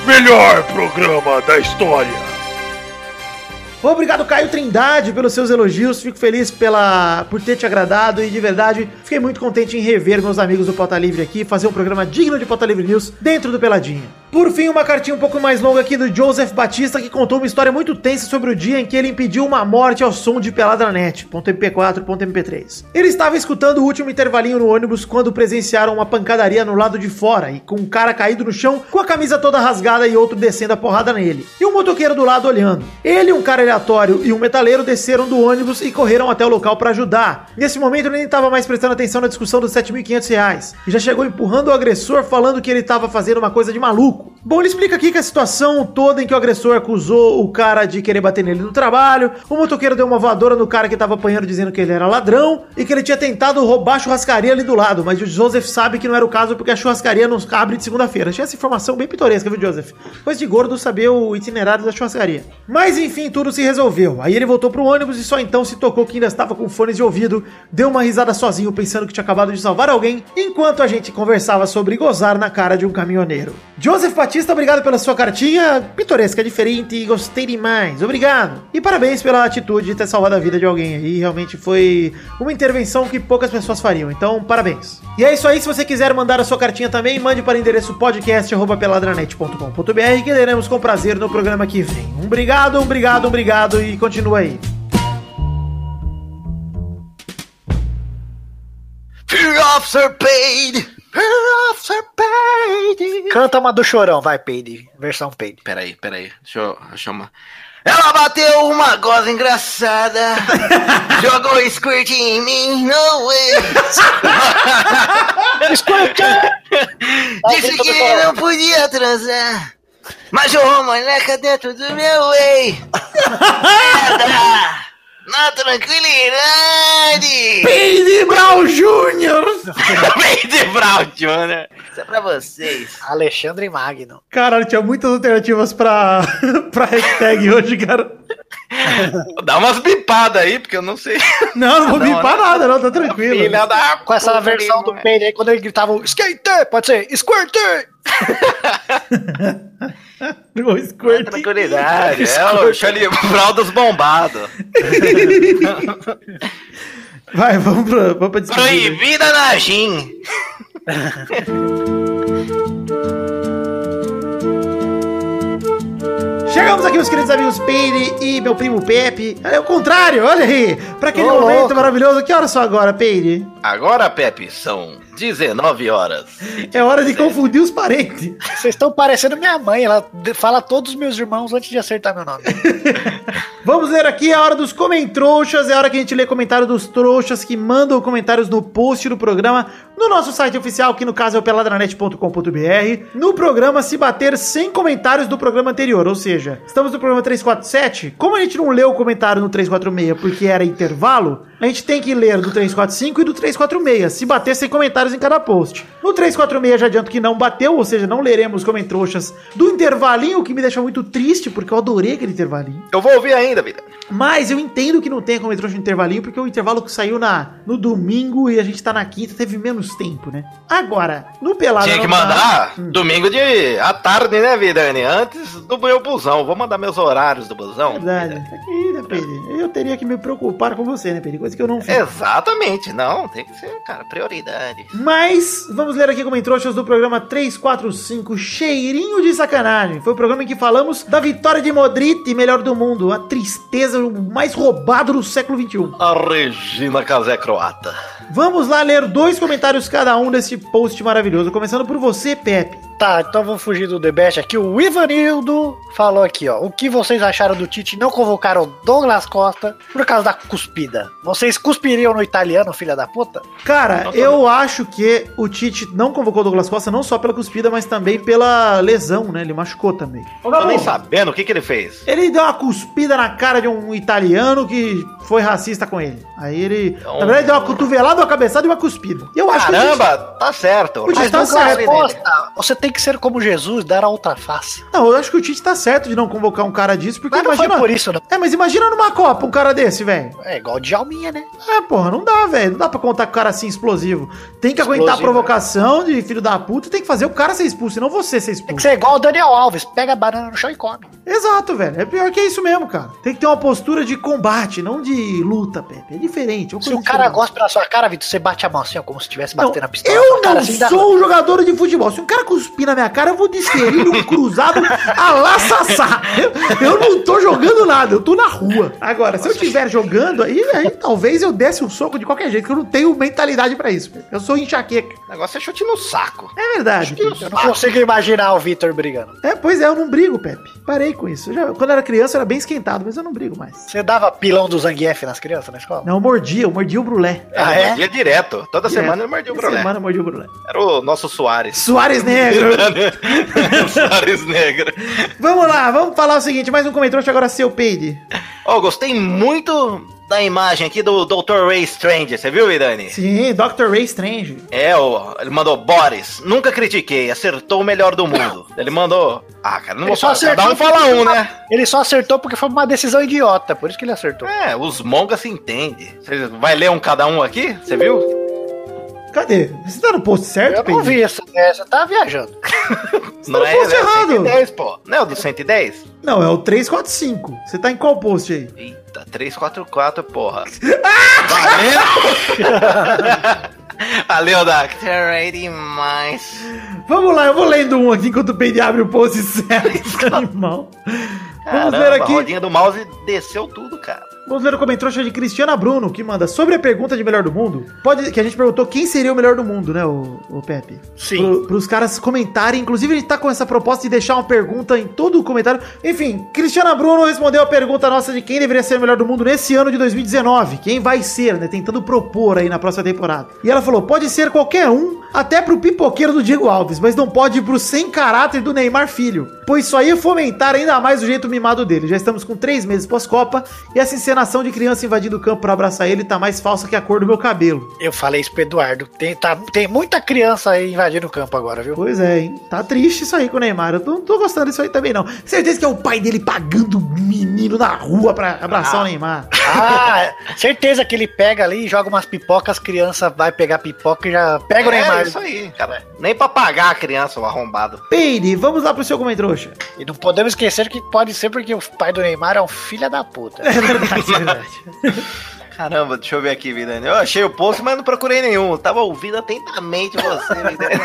S9: Melhor programa da história.
S2: Obrigado, Caio Trindade, pelos seus elogios. Fico feliz pela por ter te agradado e de verdade fiquei muito contente em rever meus amigos do Pauta Livre aqui, fazer um programa digno de Pauta Livre News dentro do Peladinha. Por fim, uma cartinha um pouco mais longa aqui do Joseph Batista que contou uma história muito tensa sobre o dia em que ele impediu uma morte ao som de Peladranet, .mp4, .mp3. Ele estava escutando o último intervalinho no ônibus quando presenciaram uma pancadaria no lado de fora e com um cara caído no chão com a camisa toda rasgada e outro descendo a porrada nele. E um motoqueiro do lado olhando. Ele, um cara aleatório e um metaleiro desceram do ônibus e correram até o local para ajudar. Nesse momento ele nem estava mais prestando atenção na discussão dos 7.500 reais e já chegou empurrando o agressor falando que ele estava fazendo uma coisa de maluco. Bom, ele explica aqui que a situação toda em que o agressor acusou o cara de querer bater nele no trabalho, o motoqueiro deu uma voadora no cara que estava apanhando dizendo que ele era ladrão e que ele tinha tentado roubar a churrascaria ali do lado, mas o Joseph sabe que não era o caso porque a churrascaria não abre de segunda-feira. Achei essa informação bem pitoresca, viu, Joseph? Coisa de gordo saber o itinerário da churrascaria. Mas enfim, tudo se resolveu. Aí ele voltou pro ônibus e só então se tocou que ainda estava com fones de ouvido, deu uma risada sozinho pensando que tinha acabado de salvar alguém, enquanto a gente conversava sobre gozar na cara de um caminhoneiro. Joseph Batista, obrigado pela sua cartinha, pitoresca, diferente, e gostei demais, obrigado. E parabéns pela atitude de ter salvado a vida de alguém aí, realmente foi uma intervenção que poucas pessoas fariam, então parabéns. E é isso aí, se você quiser mandar a sua cartinha também, mande para o endereço podcast.peladranet.com.br que leremos com prazer no programa que vem. Um obrigado, um obrigado, um obrigado e continua aí.
S3: Fear Officer Paid! Fear Officer Paid!
S4: Canta uma do chorão, vai, Peide. Versão Peide.
S3: Peraí, peraí, deixa eu achar uma. Ela bateu uma goza
S4: *laughs*
S3: engraçada, jogou squirt em mim, no way. Disse que não podia transar, mas jogou moleca dentro do meu
S4: *laughs*
S3: way. Nada, na tranquilidade.
S2: Peide Brown Jr.
S3: Peide Brown Jr. Isso é pra vocês.
S4: Alexandre Magno.
S2: Caralho, tinha muitas alternativas pra, *laughs* pra hashtag hoje, cara.
S3: Dá umas bipadas aí, porque eu não sei.
S2: Não, não vou
S3: Não,
S2: bipar nada, não, tá tranquilo.
S3: Filha da
S4: Com essa
S3: puta,
S4: versão do
S3: irmão.
S4: Peide aí, quando ele gritava o Skater, pode ser Squirter!
S2: O Squirt. *laughs*
S3: Tranquilidade, é o Charlie Brown dos bombados.
S2: Vai, vamos pra, vamos pra despedida.
S3: Proibida na gin.
S2: Chegamos aqui, meus queridos amigos Peire e meu primo Pepe. É o contrário, olha aí. Pra aquele
S4: Ô,
S2: momento
S4: louco.
S2: maravilhoso. Que horas são agora, Peire?
S3: Agora, Pepe, são 19 horas.
S2: É hora de confundir os parentes.
S4: Vocês estão parecendo minha mãe, ela de- fala todos os meus irmãos antes de acertar meu nome.
S2: Vamos ler aqui a hora dos comentrouxas, é a hora que a gente lê comentário dos trouxas que mandam comentários no post do programa, no nosso site oficial, que no caso é o peladranet.com.br, no programa se bater sem comentários do programa anterior, ou seja, estamos no programa 347, como a gente não leu o comentário no 346 porque era intervalo, a gente tem que ler do 345 e do 346, se bater sem comentários em cada post. No 346 já adianto que não bateu, ou seja, não leremos comentroxas do intervalinho, o que me deixa muito triste, porque eu adorei aquele intervalinho.
S3: Eu vou ouvir ainda, vida.
S2: Mas eu entendo que não tenha como entrou no intervalinho, porque o intervalo que saiu na, no domingo e a gente tá na quinta, teve menos tempo, né? Agora, no Pelado.
S3: Tinha que
S2: Nacional-
S3: mandar
S2: Hum.
S3: domingo de à tarde, né, Vidani? Antes do meu busão. Vou mandar meus horários do busão.
S2: Verdade.
S3: Hum.
S2: Aqui, né, Pedro? Eu teria que me preocupar com você, né, Pedro? Coisa que eu não
S3: É.
S2: fiz.
S3: Exatamente, não, tem que ser, cara, prioridade.
S2: Mas vamos ler aqui como trouxas do programa 345, Cheirinho de Sacanagem. Foi o programa em que falamos da vitória de Modric, melhor do mundo, a tristeza o mais roubado do século um. XXI.
S3: A Regina Casé Croata.
S2: Vamos lá ler dois comentários cada um desse post maravilhoso, começando por você, Pepe.
S4: Tá, então vamos fugir do The Best aqui. O Ivanildo falou aqui, ó. O que vocês acharam do Tite não convocar o Douglas Costa por causa da cuspida? Vocês cuspiriam no italiano, filha da puta?
S2: Cara, eu acho que o Tite não convocou o Douglas Costa não só pela cuspida, mas também pela lesão, né? Ele machucou também. Então,
S3: Tô nem sabendo o que, que ele fez.
S2: Ele deu uma cuspida na cara de um italiano que foi racista com ele. Aí ele.
S3: Então-
S2: na verdade, deu uma cotovelada, uma cabeçada e uma cuspida. Eu acho que.
S3: Caramba, tá certo.
S2: O Tite
S4: Mas
S2: tá
S4: Douglas
S2: certo.
S4: Costa, você tem que ser como Jesus, dar a outra face.
S2: O Tite, não, eu acho que o Tite tá certo de não convocar um cara disso, porque
S4: Mas não foi
S2: imagina.
S4: por isso, não.
S2: É, mas imagina numa Copa um cara desse, velho.
S4: É igual o Djalminha, né?
S2: É, porra, não dá, velho. Não dá pra contar com um cara assim explosivo. Tem que aguentar a
S3: Explosivo,
S2: provocação de filho da puta e tem que fazer o cara ser expulso, e não você ser
S4: Tem que
S2: expulso.
S4: ser igual o Daniel Alves. Pega a banana no chão e come.
S2: Exato, velho. É pior que isso mesmo, cara. Tem que ter uma postura de combate, não de luta, Pepe. É diferente. é uma
S4: Se
S2: coisa
S4: o cara
S2: diferente.
S4: gosta da sua cara, Vitor, você bate a mão assim, ó, como se estivesse
S2: Não,
S4: batendo a pistola.
S2: eu
S4: Cara,
S2: não
S4: assim, dá-
S2: sou um jogador de futebol. Se um cara cuspir na minha cara, eu vou desferir um *laughs* cruzado a lá Sassá. Eu, eu não tô jogando nada, eu tô na rua. Agora, se eu estiver jogando, aí, aí talvez eu desse um soco de qualquer jeito, que eu não tenho mentalidade pra isso. Eu sou enxaqueca.
S3: O negócio é chute no saco.
S2: É verdade.
S4: Eu não consigo imaginar o Vitor brigando.
S2: É, pois é, eu não brigo, Pepe. Parei com isso. Eu já- quando eu era criança, eu era bem esquentado, mas eu não brigo mais.
S4: Você dava pilão do Zangief nas crianças na escola?
S2: Não, eu mordia, eu mordia o brulé.
S3: Ele
S4: Ah, é?
S3: mordia direto. Toda
S2: Direto.
S3: semana ele mordia o
S2: Essa
S3: Brulé.
S2: semana eu mordi o brulé.
S3: Era o nosso Soares. *laughs*
S2: Soares Negro.
S3: Soares Negra.
S2: vamos lá, vamos falar o seguinte. Mais um comentário agora, seu peide.
S3: Ó, gostei muito da imagem aqui do Dr. Ray Strange. Você viu, Irani?
S2: Sim, Dr. Assim, Ray Strange.
S3: É, ó, ele mandou Boris. Nunca critiquei, acertou o melhor do
S2: *laughs*
S3: mundo. Ele mandou. Ah, cara, não vou falar. Cada um fala um, né?
S4: Ele só acertou porque foi uma decisão idiota, por isso que ele acertou.
S3: É, os mongas se entendem. Você vai ler um cada um aqui? Você viu?
S2: Cadê? Você tá no posto certo,
S4: Eu não vi isso, né? Você tá viajando.
S3: Não é
S2: tá no posto
S3: ele
S2: errado.
S3: 110, pô. Não é o do 110?
S2: Não, é o 345. Você tá em qual post aí?
S3: Eita, 344, porra. Valeu! Valeu, Doc. Terra demais.
S2: Vamos lá, eu vou lendo um aqui enquanto o Peide abre o post *laughs* certo. Animal. Vamos
S3: Caramba,
S2: ler
S3: a
S2: aqui.
S3: rodinha do mouse desceu tudo, cara.
S2: Vamos ler o comentário de Cristiana Bruno, que manda sobre a pergunta de melhor do mundo. Pode, que a gente perguntou quem seria o melhor do mundo, né, o, o Pepe?
S4: Sim.
S2: Para os caras comentarem. Inclusive, a gente tá com essa proposta de deixar uma pergunta em todo o comentário. Enfim, Cristiana Bruno respondeu a pergunta nossa de quem deveria ser o melhor do mundo nesse ano de 2019. Quem vai ser, né? Tentando propor aí na próxima temporada. E ela falou: pode ser qualquer um, até pro pipoqueiro do Diego Alves, mas não pode ir pro sem caráter do Neymar Filho. Pois só ia fomentar ainda mais o jeito mimado dele. Já estamos com três meses pós-Copa e essa encenação de criança invadindo o campo para abraçar ele tá mais falsa que a cor do meu cabelo.
S4: Eu falei isso pro Eduardo. Tem, tá- tem muita criança aí invadindo o campo agora, viu?
S2: Pois é, hein? Tá triste isso aí com o Neymar. Eu não tô gostando disso aí também, não. Certeza que é o pai dele pagando o menino na rua pra abraçar o Neymar.
S4: Ah, certeza que ele pega ali e joga umas pipocas, as crianças vai pegar pipoca e já pega o
S3: é,
S4: Neymar.
S3: isso aí, cara. Nem pra pagar a criança, o arrombado.
S2: Peide, vamos lá pro seu comentrouxa.
S4: E não podemos esquecer que pode ser porque o pai do Neymar é um filho da puta.
S2: *laughs* É verdade, é verdade.
S3: Caramba, deixa eu ver aqui, Vidani. Eu achei o post, mas não procurei nenhum. Eu tava ouvindo atentamente você, Vidani.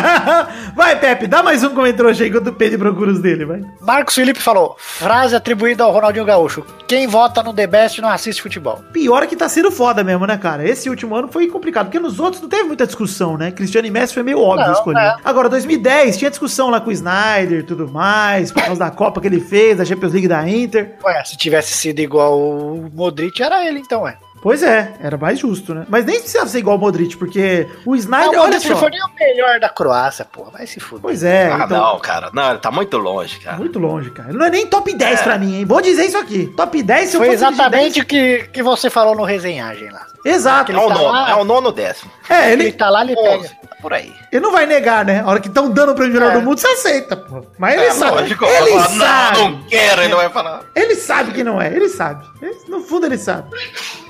S2: *laughs* vai, Pepe, dá mais um comentrouxa aí enquanto o Peide procura os dele, vai.
S4: Marcos Felipe falou: frase atribuída ao Ronaldinho Gaúcho. Quem vota no The Best não assiste futebol.
S2: Pior é que tá sendo foda mesmo, né, cara? Esse último ano foi complicado, porque nos outros não teve muita discussão, né? Cristiano e Messi foi meio óbvio
S4: Não,
S2: escolher.
S4: é.
S2: Agora, 2010, tinha discussão lá com o Snyder e tudo mais, por causa da Copa que ele fez, da Champions League da Inter.
S4: Ué, se tivesse sido igual o Modric, era ele então, é.
S2: Pois é, era mais justo, né? Mas nem precisava ser igual o Modric, porque o
S4: Não,
S2: Snyder, olha
S4: o Modric não
S2: só.
S4: foi nem o melhor da Croácia, porra. Vai se fuder.
S2: Pois é,
S3: ah,
S2: então,
S3: não, cara. Não, ele tá muito longe, cara.
S2: muito longe, cara. Ele não é nem top 10 pra mim, hein? Vou dizer isso aqui. Top 10 se eu
S4: Foi
S2: fosse eleger
S4: exatamente o que, que você falou no resenhagem lá.
S2: 10. Exato.
S3: É o
S4: tá
S3: nono,
S4: lá.
S3: é o nono décimo.
S2: É,
S4: Ele
S2: ele,
S4: tá lá, ele pega.
S3: Onze, tá por aí.
S2: ele não vai negar, né? A hora que estão dando o prêmio de melhor
S4: É.
S2: do mundo, você aceita, pô. Mas ele
S3: É,
S2: sabe.
S3: lógico, vai
S2: ele
S3: falar,
S2: sabe.
S3: Não, não quero, ele vai falar.
S2: Ele sabe que não é, ele sabe. Ele- no fundo ele sabe.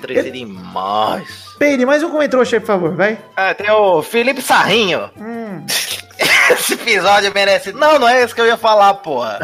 S3: Triste demais.
S2: Peire, mais um comentrouxa aí, por favor,
S4: É
S2: vai.
S3: Ah, tem o Felipe Sarrinho. *laughs* Esse episódio merece. Não, não é isso que eu ia falar, porra.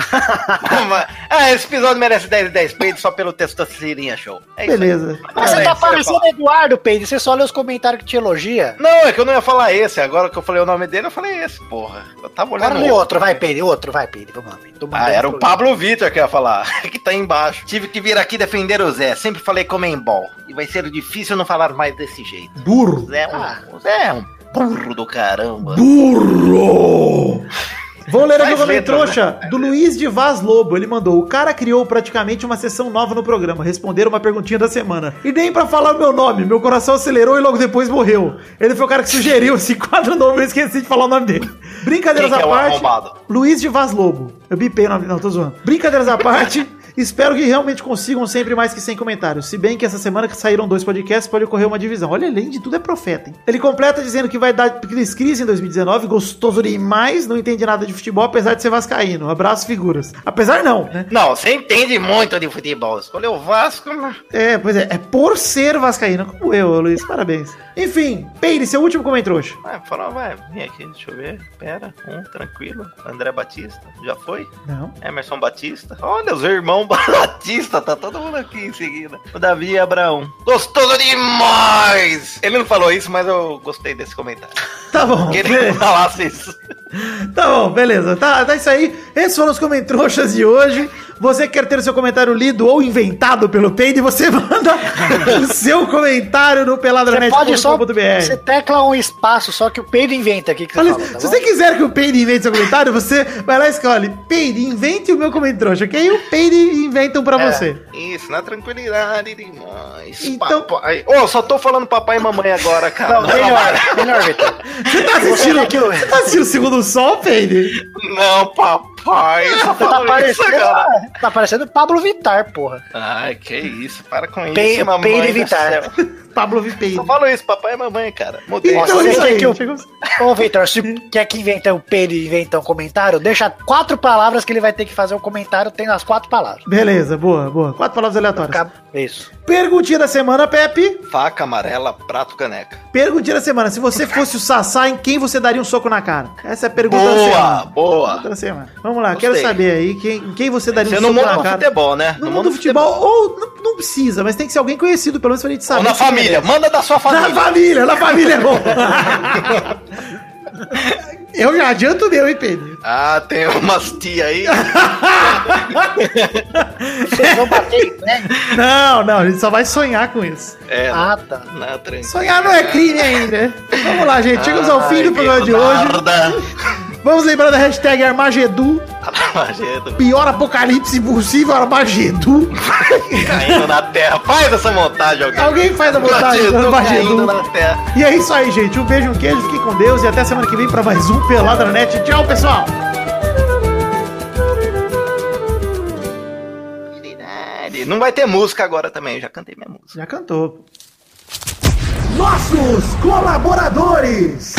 S3: ah, esse episódio merece 10 de 10 peitos só pelo Testosterinha Show. É isso aí.
S2: Beleza.
S4: Mas
S3: Ah, é, isso
S4: você tá
S3: eu ia
S4: parecendo Eduardo, Pedro. Você só lê os comentários que te elogia.
S3: Não, é que eu não ia falar esse. Agora que eu falei o nome dele, eu falei esse, porra. Eu tava olhando.
S4: Agora lê
S3: outro.
S4: um outro, vai, Pedro. Outro, vai, Pedro. Vamos lá, Pedro. Tô
S3: Ah,
S4: mandando
S3: era o
S4: pro-
S3: Pablo Vitor que eu ia falar, *laughs* que tá aí embaixo. Tive que vir aqui defender o Zé. é Sempre falei comembol. E vai ser difícil não falar mais desse jeito.
S2: Burro.
S3: O Zé é um, o Zé é um burro do caramba.
S1: Burro!
S2: Vou ler aqui o
S3: Faz
S2: Homem
S3: letra, né?
S2: Trouxa do Luiz de Vaz Lobo. Ele mandou: O cara criou praticamente uma sessão nova no programa, responder uma perguntinha da semana. E nem pra falar o meu nome, meu coração acelerou e logo depois morreu. Ele foi o cara que sugeriu esse quadro novo, eu esqueci de falar o nome dele. Brincadeiras
S3: Quem que
S2: à
S3: é o
S2: parte.
S3: arrombado?
S2: Luiz de Vaz Lobo. Eu bipei o nome, não, tô zoando. Brincadeiras à
S3: *laughs*
S2: parte. Espero que realmente consigam sempre mais que 100 comentários. Se bem que essa semana que saíram dois podcasts, pode ocorrer uma divisão. Olha, além de tudo, é profeta, hein? Ele completa dizendo que vai dar pequenas crises em 2019, gostoso demais, não entende nada de futebol, apesar de ser vascaíno. Abraço, figuras. Apesar não, né?
S3: Não, você entende muito de futebol. Escolheu o Vasco, mas...
S2: É, pois é, é por ser vascaíno, como eu, Luiz, parabéns. Enfim, Peire, seu último comentário hoje.
S3: Vai, fala, vai, vem aqui, deixa eu ver. Pera, um, tranquilo. André Batista, já foi?
S2: Não.
S3: Emerson Batista. Olha, os irmãos *laughs* Batista, tá todo mundo aqui em seguida. O Davi Abraão. Gostoso demais! Ele não falou isso, mas eu gostei desse comentário.
S2: Tá bom.
S3: Queria que ele é um falasse isso.
S2: Tá bom, beleza. Tá, tá isso aí. Esses foram os comentroxas de hoje. Você que quer ter o seu comentário lido ou inventado pelo Peide, você *laughs* manda o seu comentário no
S4: Você pode só.
S2: peladranet.com.br.
S4: Você tecla um espaço, só que o peido inventa aqui que você
S2: Olha,
S4: falou, tá
S2: se
S4: bom?
S2: você quiser que o Peide invente seu comentário, você vai lá e escolhe Peide, invente o meu comentroxa, que aí o Peide inventa um
S4: É.
S2: pra você.
S3: Isso, na tranquilidade demais.
S2: Então-
S3: Papai... Ô, só tô falando papai e mamãe agora, cara.
S4: Não, melhor, melhor,
S3: *laughs*
S4: Vitor.
S2: Você tá assistindo,
S4: aqui, ué.
S2: você tá assistindo o Segundo Sol, Peide?
S3: Não, papai. Só
S4: Você tá
S3: falando isso agora.
S4: parecendo, tá parecendo Pablo Vittar, porra.
S3: Ai, que isso. Para com isso,
S4: Pe-
S3: mamãe.
S4: peira
S3: do
S4: evitar.
S3: céu.
S2: Pablo V. Peide.
S3: Só falo isso, papai e mamãe, cara. Mudei.
S2: Então
S3: Nossa,
S2: é isso
S4: você
S2: aí.
S4: que eu-
S2: Chegou-
S4: Ô, Vitor, se quer que inventa o peido e inventa um comentário, deixa quatro palavras que ele vai ter que fazer o comentário, tem as quatro palavras.
S2: Beleza, boa, boa. Quatro palavras aleatórias.
S4: Acaba- Isso.
S2: Perguntinha da semana, Pepe.
S3: Faca amarela, prato caneca.
S2: Perguntinha da semana. Se você fosse o Sassá, em quem você daria um soco na cara? Essa é a pergunta da
S3: Boa,
S2: semana.
S3: boa.
S2: Pergunta da semana. Vamos lá, quero
S3: Gostei.
S2: saber aí quem, em quem você daria
S3: Você
S2: um
S3: no
S2: soco
S3: mundo
S2: na
S3: do
S2: cara.
S3: futebol, né?
S2: No, mundo do futebol, ou não, não precisa, mas tem que ser alguém conhecido, pelo menos pra gente saber.
S3: Ou na
S2: se você
S3: família.
S2: merece.
S3: Manda da sua
S2: Na
S3: família.
S2: família, na família é bom.
S3: *laughs*
S2: Eu já adianto o meu, hein, Pedro?
S3: Ah, tem umas tia aí.
S4: Vocês vão bater, né?
S2: Não, não, a gente só vai sonhar com isso.
S3: É,
S4: Ah, tá.
S3: na tranquila.
S2: Sonhar não é crime ainda. né? Vamos lá, gente, chegamos ao fim do programa de hoje. Vamos lembrar da hashtag Armagedu,
S3: Tá hoje.
S2: pior apocalipse impossível, Armagedu.
S3: Caindo na terra. Faz essa montagem, alguém.
S2: Alguém que faz a montagem
S3: Batido,
S2: do
S3: caindo
S2: Bajedu.
S3: na terra.
S2: E é isso aí, gente. Um beijo, um queijo, fiquem com Deus e até semana que vem pra mais um Pelada na Net. Tchau, pessoal!
S3: Não vai ter música agora também, eu já cantei minha música.
S2: Já cantou. Nossos colaboradores!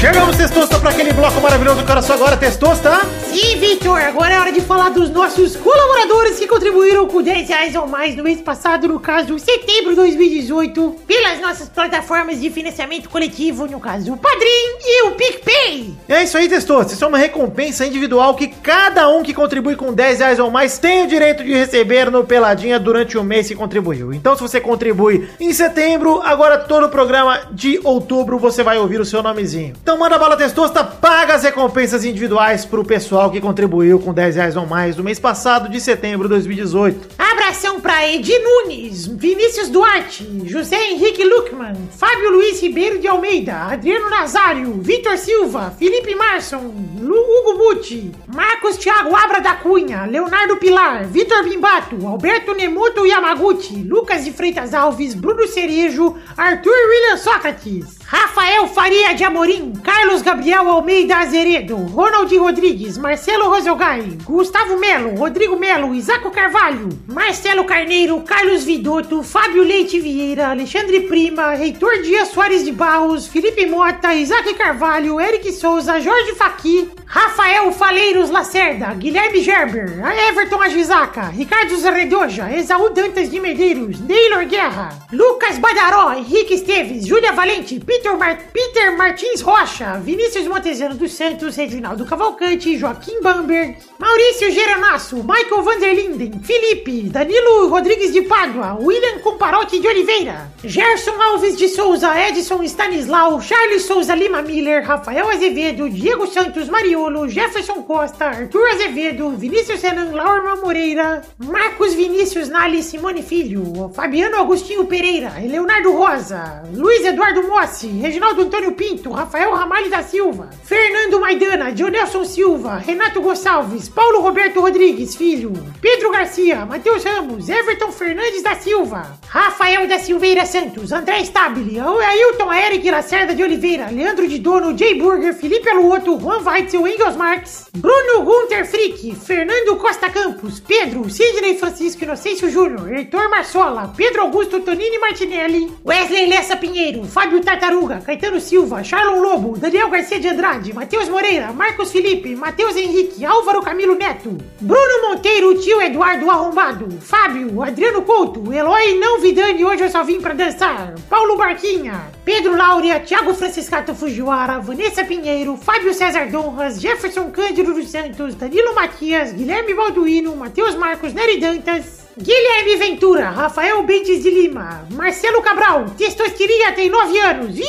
S2: Chegamos, Testosta, para aquele bloco maravilhoso que era só agora, Testosta!
S7: Sim, Vitor, agora é hora de falar dos nossos colaboradores que contribuíram com 10 reais ou mais no mês passado, no caso, setembro de 2018, pelas nossas plataformas de financiamento coletivo, no caso, o Padrim e o PicPay.
S2: E é isso aí, Testosta. Isso é uma recompensa individual que cada um que contribui com 10 reais ou mais tem o direito de receber no Peladinha durante o mês que contribuiu. Então, se você contribui em setembro, agora todo o programa de outubro você vai ouvir o seu nomezinho. Então, manda bala, Testosta. Paga as recompensas individuais pro pessoal que contribuiu com 10 reais ou mais no mês passado de setembro de 2018.
S7: Abração pra Edi Nunes, Vinícius Duarte, José Henrique Luckman, Fábio Luiz Ribeiro de Almeida, Adriano Nazário, Vitor Silva, Felipe Marson, Lu- Hugo Butti, Marcos Thiago Abra da Cunha, Leonardo Pilar, Vitor Bimbato, Alberto Nemoto Yamaguchi, Lucas de Freitas Alves, Bruno Cerejo, Arthur William Sócrates, Rafael Faria de Amorim, Carlos Gabriel Almeida Azeredo, Ronald Rodrigues, Marcelo Roselgai, Gustavo Melo, Rodrigo Melo, Isaco Carvalho, Marcelo Carneiro, Carlos Vidotto, Fábio Leite Vieira, Alexandre Prima, Heitor Dias Soares de Barros, Felipe Mota, Isaac Carvalho, Eric Souza, Jorge Faqui, Rafael Faleiros Lacerda, Guilherme Gerber, Everton Agisaca, Ricardo Zerredoja, Exaú Dantas de Medeiros, Neylor Guerra, Lucas Badaró, Henrique Esteves, Júlia Valente, Peter, Mar- Peter Martins Rocha, Vinícius Montezano dos Santos, Reginaldo Cavalcante, Joaquim Bamberg, Maurício Geranasso, Michael Vanderlinden, Felipe, Danilo Rodrigues de Pádua, William Comparotti de Oliveira, Gerson Alves de Souza, Edson Stanislau, Charles Souza Lima Miller, Rafael Azevedo, Diego Santos Marioni, Zaniolo, Jefferson Costa, Arthur Azevedo, Vinícius Renan, Laura Moreira, Marcos Vinícius Nali Simone Filho, Fabiano Agostinho Pereira, Leonardo Rosa, Luiz Eduardo Mossi, Reginaldo Antônio Pinto, Rafael Ramalho da Silva, Fernando Maidana, Dionelson Silva, Renato Gonçalves, Paulo Roberto Rodrigues Filho, Pedro Garcia, Matheus Ramos, Everton Fernandes da Silva, Rafael da Silveira Santos, André Stabile, Ailton Eric Lacerda de Oliveira, Leandro de Dono, Jay Burger, Felipe Aluoto, Juan Weitzel, Engels Marx, Bruno Gunter Frick, Fernando Costa Campos, Pedro, Sidney Francisco Inocêncio Júnior, Heitor Marsola, Pedro Augusto Tonini Martinelli, Wesley Lessa Pinheiro, Fábio Tartaruga, Caetano Silva, Charlon Lobo, Daniel Garcia de Andrade, Matheus Moreira, Marcos Felipe, Matheus Henrique, Álvaro Camilo Neto, Bruno Monteiro, tio Eduardo Arrombado, Fábio, Adriano Couto, Eloy Não Vidani, hoje eu só vim pra dançar, Paulo Barquinha, Pedro Laura, Thiago Franciscato Fujiwara, Vanessa Pinheiro, Fábio César Donras, Jefferson Cândido dos Santos, Danilo Matias, Guilherme Balduino, Matheus Marcos Neri Dantas, Guilherme Ventura, Rafael Bentes de Lima, Marcelo Cabral, Testosterinha tem 9 anos. Ih,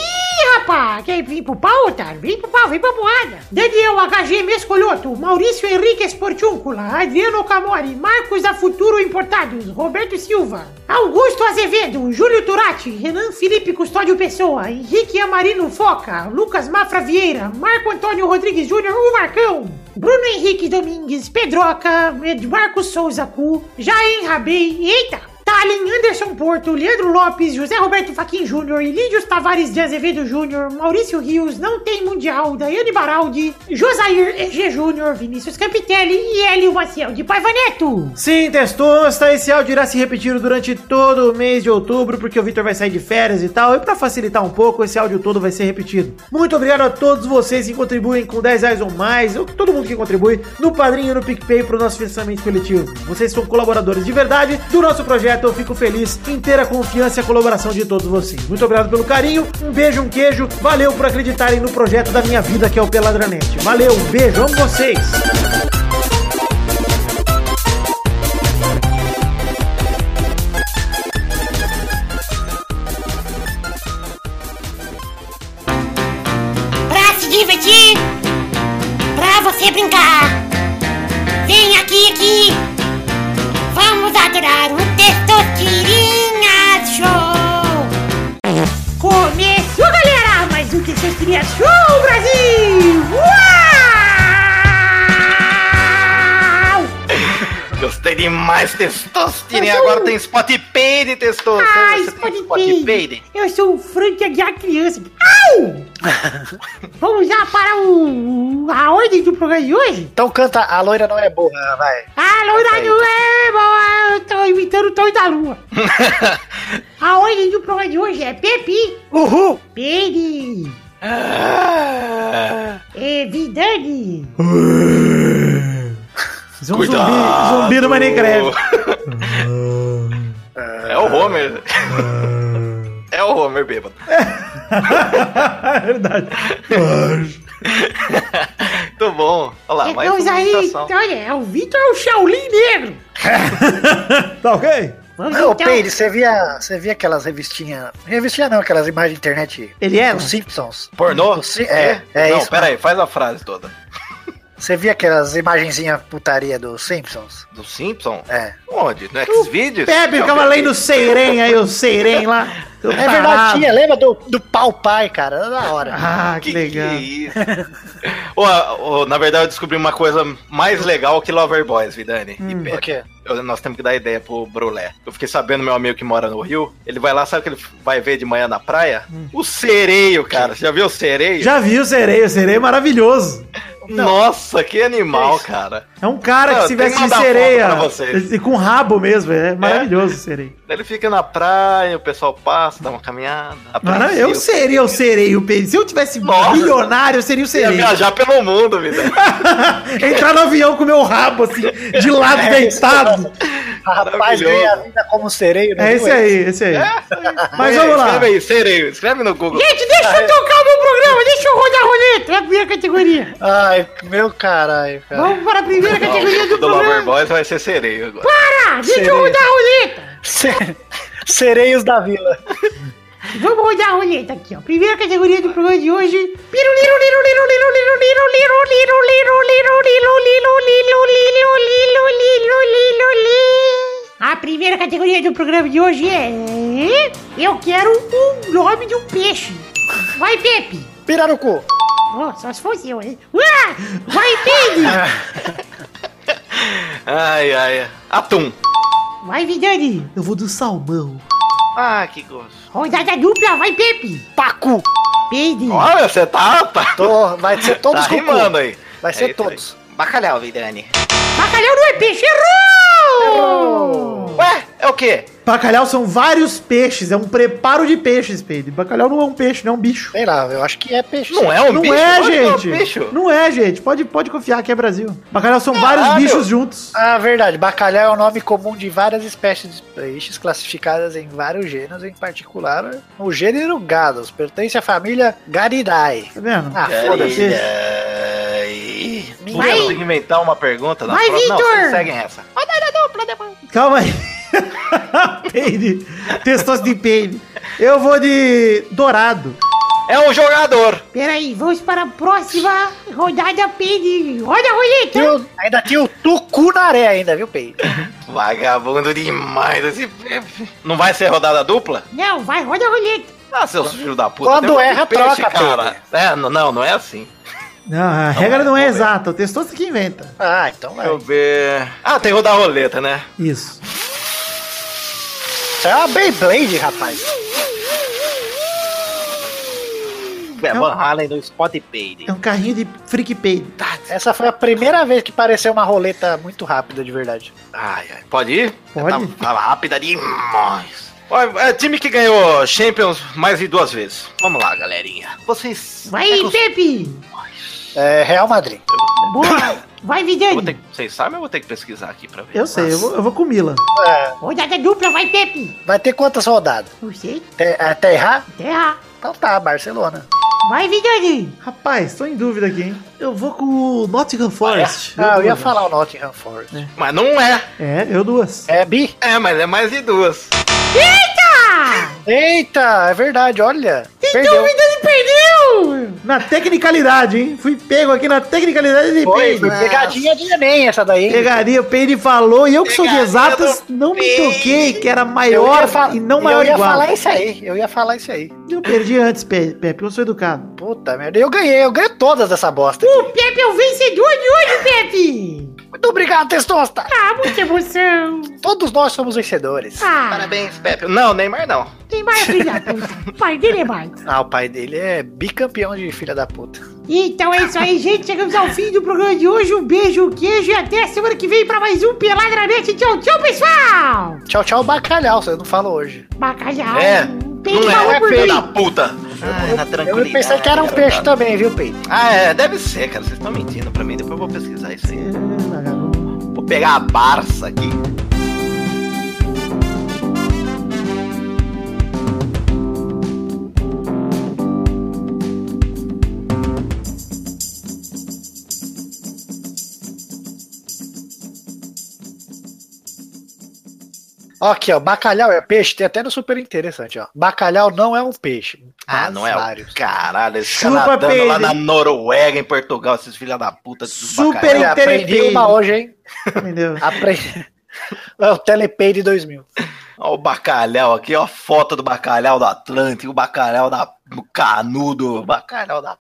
S7: rapá, quer vir pro pau, otário? Vem pro pau, vem pra porrada. Daniel HG Mescolhoto, Maurício Henrique Esportúncula, Adriano Camori, Marcos da Futuro Importados, Roberto Silva, Augusto Azevedo, Júlio Turati, Renan Felipe Custódio Pessoa, Henrique Amarino Foca, Lucas Mafra Vieira, Marco Antônio Rodrigues Júnior, o Marcão. Bruno Henrique Domingues, Pedroca, Marcos Souza Cu, Jair Rabei, eita! Tallin, Anderson Porto, Leandro Lopes, José Roberto Faquin Júnior, Lídios Tavares de Azevedo Júnior, Maurício Rios, Não Tem Mundial, Daiane Baraldi, Josair EG Júnior, Vinícius Campitelli e Hélio Maciel de Paiva Neto.
S2: Sim, Testosta, esse áudio irá se repetir durante todo o mês de outubro, porque o Victor vai sair de férias e tal. E pra facilitar um pouco, esse áudio todo vai ser repetido. Muito obrigado a todos vocês que contribuem com 10 reais ou mais, ou todo mundo que contribui no Padrinho e no PicPay pro nosso financiamento coletivo. Vocês são colaboradores de verdade do nosso projeto. Eu fico feliz, inteira confiança e a colaboração de todos vocês. Muito obrigado pelo carinho, um beijo, um queijo. Valeu por acreditarem no projeto da minha vida, que é o Peladranete. Valeu, um beijo, amo vocês.
S7: Pra se divertir, pra você brincar. Vem aqui, aqui. Vamos adorar o Testosterinhas Show. Começou, galera, mais um Testosterinhas Show, Brasil. Uau!
S3: Gostei demais, Testosterinha.
S7: Mas eu- Ah,
S3: Agora tem Spotify de Testosterinha.
S7: Ai,
S3: Você tem
S7: Spotify.
S3: Spotify?
S7: Eu sou o Frank Aguiar Criança. Au! Vamos lá para o, a ordem do programa de hoje?
S4: Então canta A Loira Não É Burra, vai.
S7: Ah,
S3: Tá
S7: loira do Emo, é, eu tô imitando o Tony
S3: *laughs*
S7: da Lua. A ordem do programa de hoje é Pepi,
S4: Uhul!
S7: Peri,
S3: Ah.
S7: e É Vidani,
S2: Fiz um zumbi, zumbi do Minecraft.
S3: É o Homer. É o Homer, bêbado.
S2: É *laughs*
S3: *laughs*
S2: verdade.
S3: Muito bom. Olha lá, Ah, mais
S7: Então
S3: uma
S7: aí,
S3: imitação.
S7: então, olha, é o Vitor é o Shaolin Negro.
S2: Tá ok?
S7: Vamos
S4: Ô,
S7: então,
S4: Peire, você via, você via aquelas revistinhas. Revistinha não, aquelas imagens de internet.
S2: Ele é?
S4: Os Simpsons.
S3: Pornô?
S4: Sim, é, é
S3: Não,
S4: isso.
S3: pera aí, faz a frase toda.
S4: Você via aquelas imagenzinhas putaria dos Simpsons?
S3: Do Simpson?
S4: É.
S3: Onde? No X-Videos?
S2: Pepe ficava lendo o Seiren aí, o Seiren lá.
S4: É verdade, tinha, lembra do, do pau pai, cara? Era da hora.
S3: *laughs*
S2: Ah, que,
S3: Que, que
S2: legal.
S3: é isso? Ô, ô, na verdade, eu descobri uma coisa mais legal que Lover Boys, Vidani.
S2: Hum.
S3: e Pepe.
S4: Por quê?
S3: Eu- Nós temos que dar ideia pro Brulé. Eu fiquei sabendo, meu amigo que mora no Rio, ele vai lá, sabe o que ele vai ver de manhã na praia? O sereio, cara. Você já viu o sereio?
S2: Hum. Já vi o Sereio, o Sereio é maravilhoso.
S3: Nossa, que animal, cara.
S2: É um cara
S3: Não,
S2: que se
S3: tem que
S2: veste de
S3: mandar foto
S2: sereia.
S3: pra vocês.
S2: E com rabo mesmo, é maravilhoso o Sereio.
S3: Ele fica na praia, o pessoal passa, dá uma caminhada.
S2: Mano, eu seria o Sereio, Pedro. Se eu tivesse
S3: Nossa.
S2: milionário, eu seria o
S3: Ia
S2: Sereio.
S3: viajar pelo mundo, Vidani.
S2: Entrar no avião com o meu rabo, assim, de
S4: *laughs*
S2: lado
S4: É.
S2: deitado.
S4: Rapaz,
S3: Maravilhoso.
S4: ganha a vida como sereio. né?
S2: É esse aí, esse aí. Mas
S3: É,
S2: vamos lá.
S3: Escreve aí, sereio. Escreve no Google.
S7: Gente,
S3: É.
S7: deixa eu tocar o meu programa, deixa eu rodar a roleta. É a primeira categoria.
S4: Ai, meu caralho,
S3: É.
S4: cara.
S7: Vamos para a primeira
S3: Não,
S7: categoria do
S3: Tá. do Lover
S7: programa.
S3: Boys vai ser sereio agora.
S7: Para, deixa eu
S4: Sereia.
S7: rodar a roleta.
S4: Se- Sereios da vila.
S7: Vamos rodar a roleta aqui, ó. Primeira categoria do programa de hoje. A primeira categoria do programa de hoje é. Eu quero o nome de um peixe. Vai, Pepe!
S4: Pirarucu.
S7: Ó, só se fosse eu, hein? Ué! Vai, Pedro!
S3: Ai, ai. Atum.
S7: Vai, Vidani!
S2: Eu vou do salmão.
S3: Ah, que gosto.
S7: Rodada dupla, vai, Pepe!
S4: Pacu.
S7: Pedro!
S3: Olha, você tá. tá
S4: Tô, vai ser todos
S3: tá
S4: com cu.
S3: rimando aí.
S4: Vai ser
S3: É isso aí.
S4: todos.
S3: Bacalhau, Vidani.
S7: Bacalhau não é peixe, errou!
S3: Ué, é o quê?
S2: Bacalhau são vários peixes, é um preparo de peixes, Pedro. Bacalhau não é um peixe, não é um bicho.
S4: Sei lá, eu acho que é peixe.
S3: Não é um
S2: não
S3: bicho?
S2: é,
S3: Lógico que
S2: gente.
S3: Não é um bicho.
S2: Não é, gente. Pode, pode confiar que é Brasil. Bacalhau são vários
S3: Caralho.
S2: bichos juntos.
S4: Ah, verdade. Bacalhau é o nome comum de várias espécies de peixes classificadas em vários gêneros, em particular o gênero Gados. Pertence à família Garidae.
S2: Tá vendo?
S4: Ah,
S3: Peraí,
S4: foda-se.
S3: ai. Vou
S7: Vai.
S3: ter que inventar uma pergunta na
S7: Vai,
S3: próxima.
S7: Vitor.
S3: Não, vocês seguem essa.
S2: Calma aí. *laughs* Peide. Testos de peide. Eu vou de dourado.
S3: É um jogador.
S7: Peraí, vamos para a próxima rodada, Pedro! Roda a roleta!
S4: Tem o- ainda tinha o tucunaré ainda, viu, Peito?
S3: Vagabundo demais esse Pepe. Não vai ser rodada dupla?
S7: Não, vai, roda a roleta!
S3: Ah, seus filhos da puta.
S4: Quando
S3: tem um
S4: erra,
S3: peixe,
S4: troca,
S3: cara. É, não, não, não é assim.
S2: Não, a regra não é
S3: vamos ver.
S2: exata. O testoso que inventa.
S4: Ah, então vai.
S3: Deixa eu ver. Ah, tem rodar roleta, né?
S2: Isso.
S4: Isso é uma Beyblade, rapaz.
S3: É Van Halen do Spot Paid.
S2: É um carrinho de freak peide.
S4: Essa foi a primeira vez que pareceu uma roleta muito rápida, de verdade.
S3: Ai, ai. Pode ir?
S2: Pode.
S3: Tá, tá rápida demais. Olha, é time que ganhou Champions mais de duas vezes. Vamos lá, galerinha. Vocês.
S7: Vai,
S3: é que eu-
S7: Pepe!
S4: É Real Madrid.
S3: *coughs*
S7: Boa! Vai,
S3: eu vou ter
S7: Vidani!
S3: que- Vocês sabem, eu vou ter que pesquisar aqui pra ver.
S2: Eu sei, eu vou, eu vou com Mila.
S4: É,
S7: Rodada dupla, vai, Pepe!
S4: vai ter quantas rodadas?
S7: Não sei,
S4: Até, até errar?
S7: terra!
S4: Então tá, Barcelona.
S7: Vai, Vidani!
S2: Rapaz, tô em dúvida aqui, hein? Eu vou com o Nottingham Forest.
S4: Ah, eu ia
S2: duas.
S4: falar o Nottingham Forest.
S3: Mas não é.
S2: É, eu duas.
S4: É bi?
S3: É, mas é mais de duas.
S7: Eita!
S4: Eita, é verdade, olha.
S7: Então o
S4: Perdeu.
S7: Vidani perdeu!
S2: Na tecnicalidade, hein? Fui pego aqui na tecnicalidade de
S4: Foi,
S2: peide.
S4: foi pegadinha de Enem essa daí.
S2: Pegaria, o Peide falou, e eu que sou de
S3: Pegaria
S2: exatas,
S3: do
S2: não me
S3: Peide.
S2: toquei que era
S4: Eu ia
S2: maior
S4: fa-
S2: e não maior
S4: Eu ia
S2: igual.
S4: falar isso aí, eu ia falar isso aí.
S2: Eu perdi antes, Pe- Pepe, eu sou educado.
S4: Puta merda, eu ganhei, eu ganhei todas dessa bosta. aqui.
S7: O Pepe é o vencedor de hoje, Pepe!
S4: Muito obrigado, Testosta.
S7: Ah, muita emoção!
S4: Todos nós somos vencedores.
S7: Ah,
S3: Parabéns, Pepe. Não, Neymar não.
S7: tem mais filha da puta! Pai dele é mais!
S4: Ah, o pai dele é bicampeão de filha da puta.
S7: Então é isso aí, gente. Chegamos ao fim do programa de hoje. Um beijo, um queijo e até semana que vem pra mais um Pelada na Net. Tchau, tchau, pessoal!
S4: Tchau, tchau, bacalhau, você não fala hoje.
S7: Bacalhau.
S3: É,
S7: Tem
S3: não
S7: baú
S3: é,
S7: por
S3: filho
S7: mim.
S3: da
S7: Ah,
S3: puta. Ai, na
S4: Eu pensei que era um
S3: tá.
S4: peixe também, viu, Peito?
S3: Ah, é, deve ser, cara. Vocês estão mentindo pra mim. Depois eu vou pesquisar isso aí.
S2: Ah, garoto.
S3: Vou pegar a Barça aqui.
S4: Ó, Aqui, ó, bacalhau é peixe, tem até no super interessante, ó. Bacalhau não é um peixe.
S3: Ah,
S4: Mas
S3: não é o
S4: vários.
S3: caralho. Esse
S2: Chupa,
S3: cara nadando lá
S2: Pedro.
S3: na Noruega, em Portugal, esses filha da puta. esses
S2: Super
S3: bacalhau.
S4: Olha, aprendi
S2: Telepeide.
S4: uma hoje, hein?
S2: Entendeu?
S4: Aprendi. *laughs* É o Telepeide 2000.
S3: Olha o bacalhau aqui, ó. a Foto do bacalhau do Atlântico, o bacalhau da do Canudo, o bacalhau da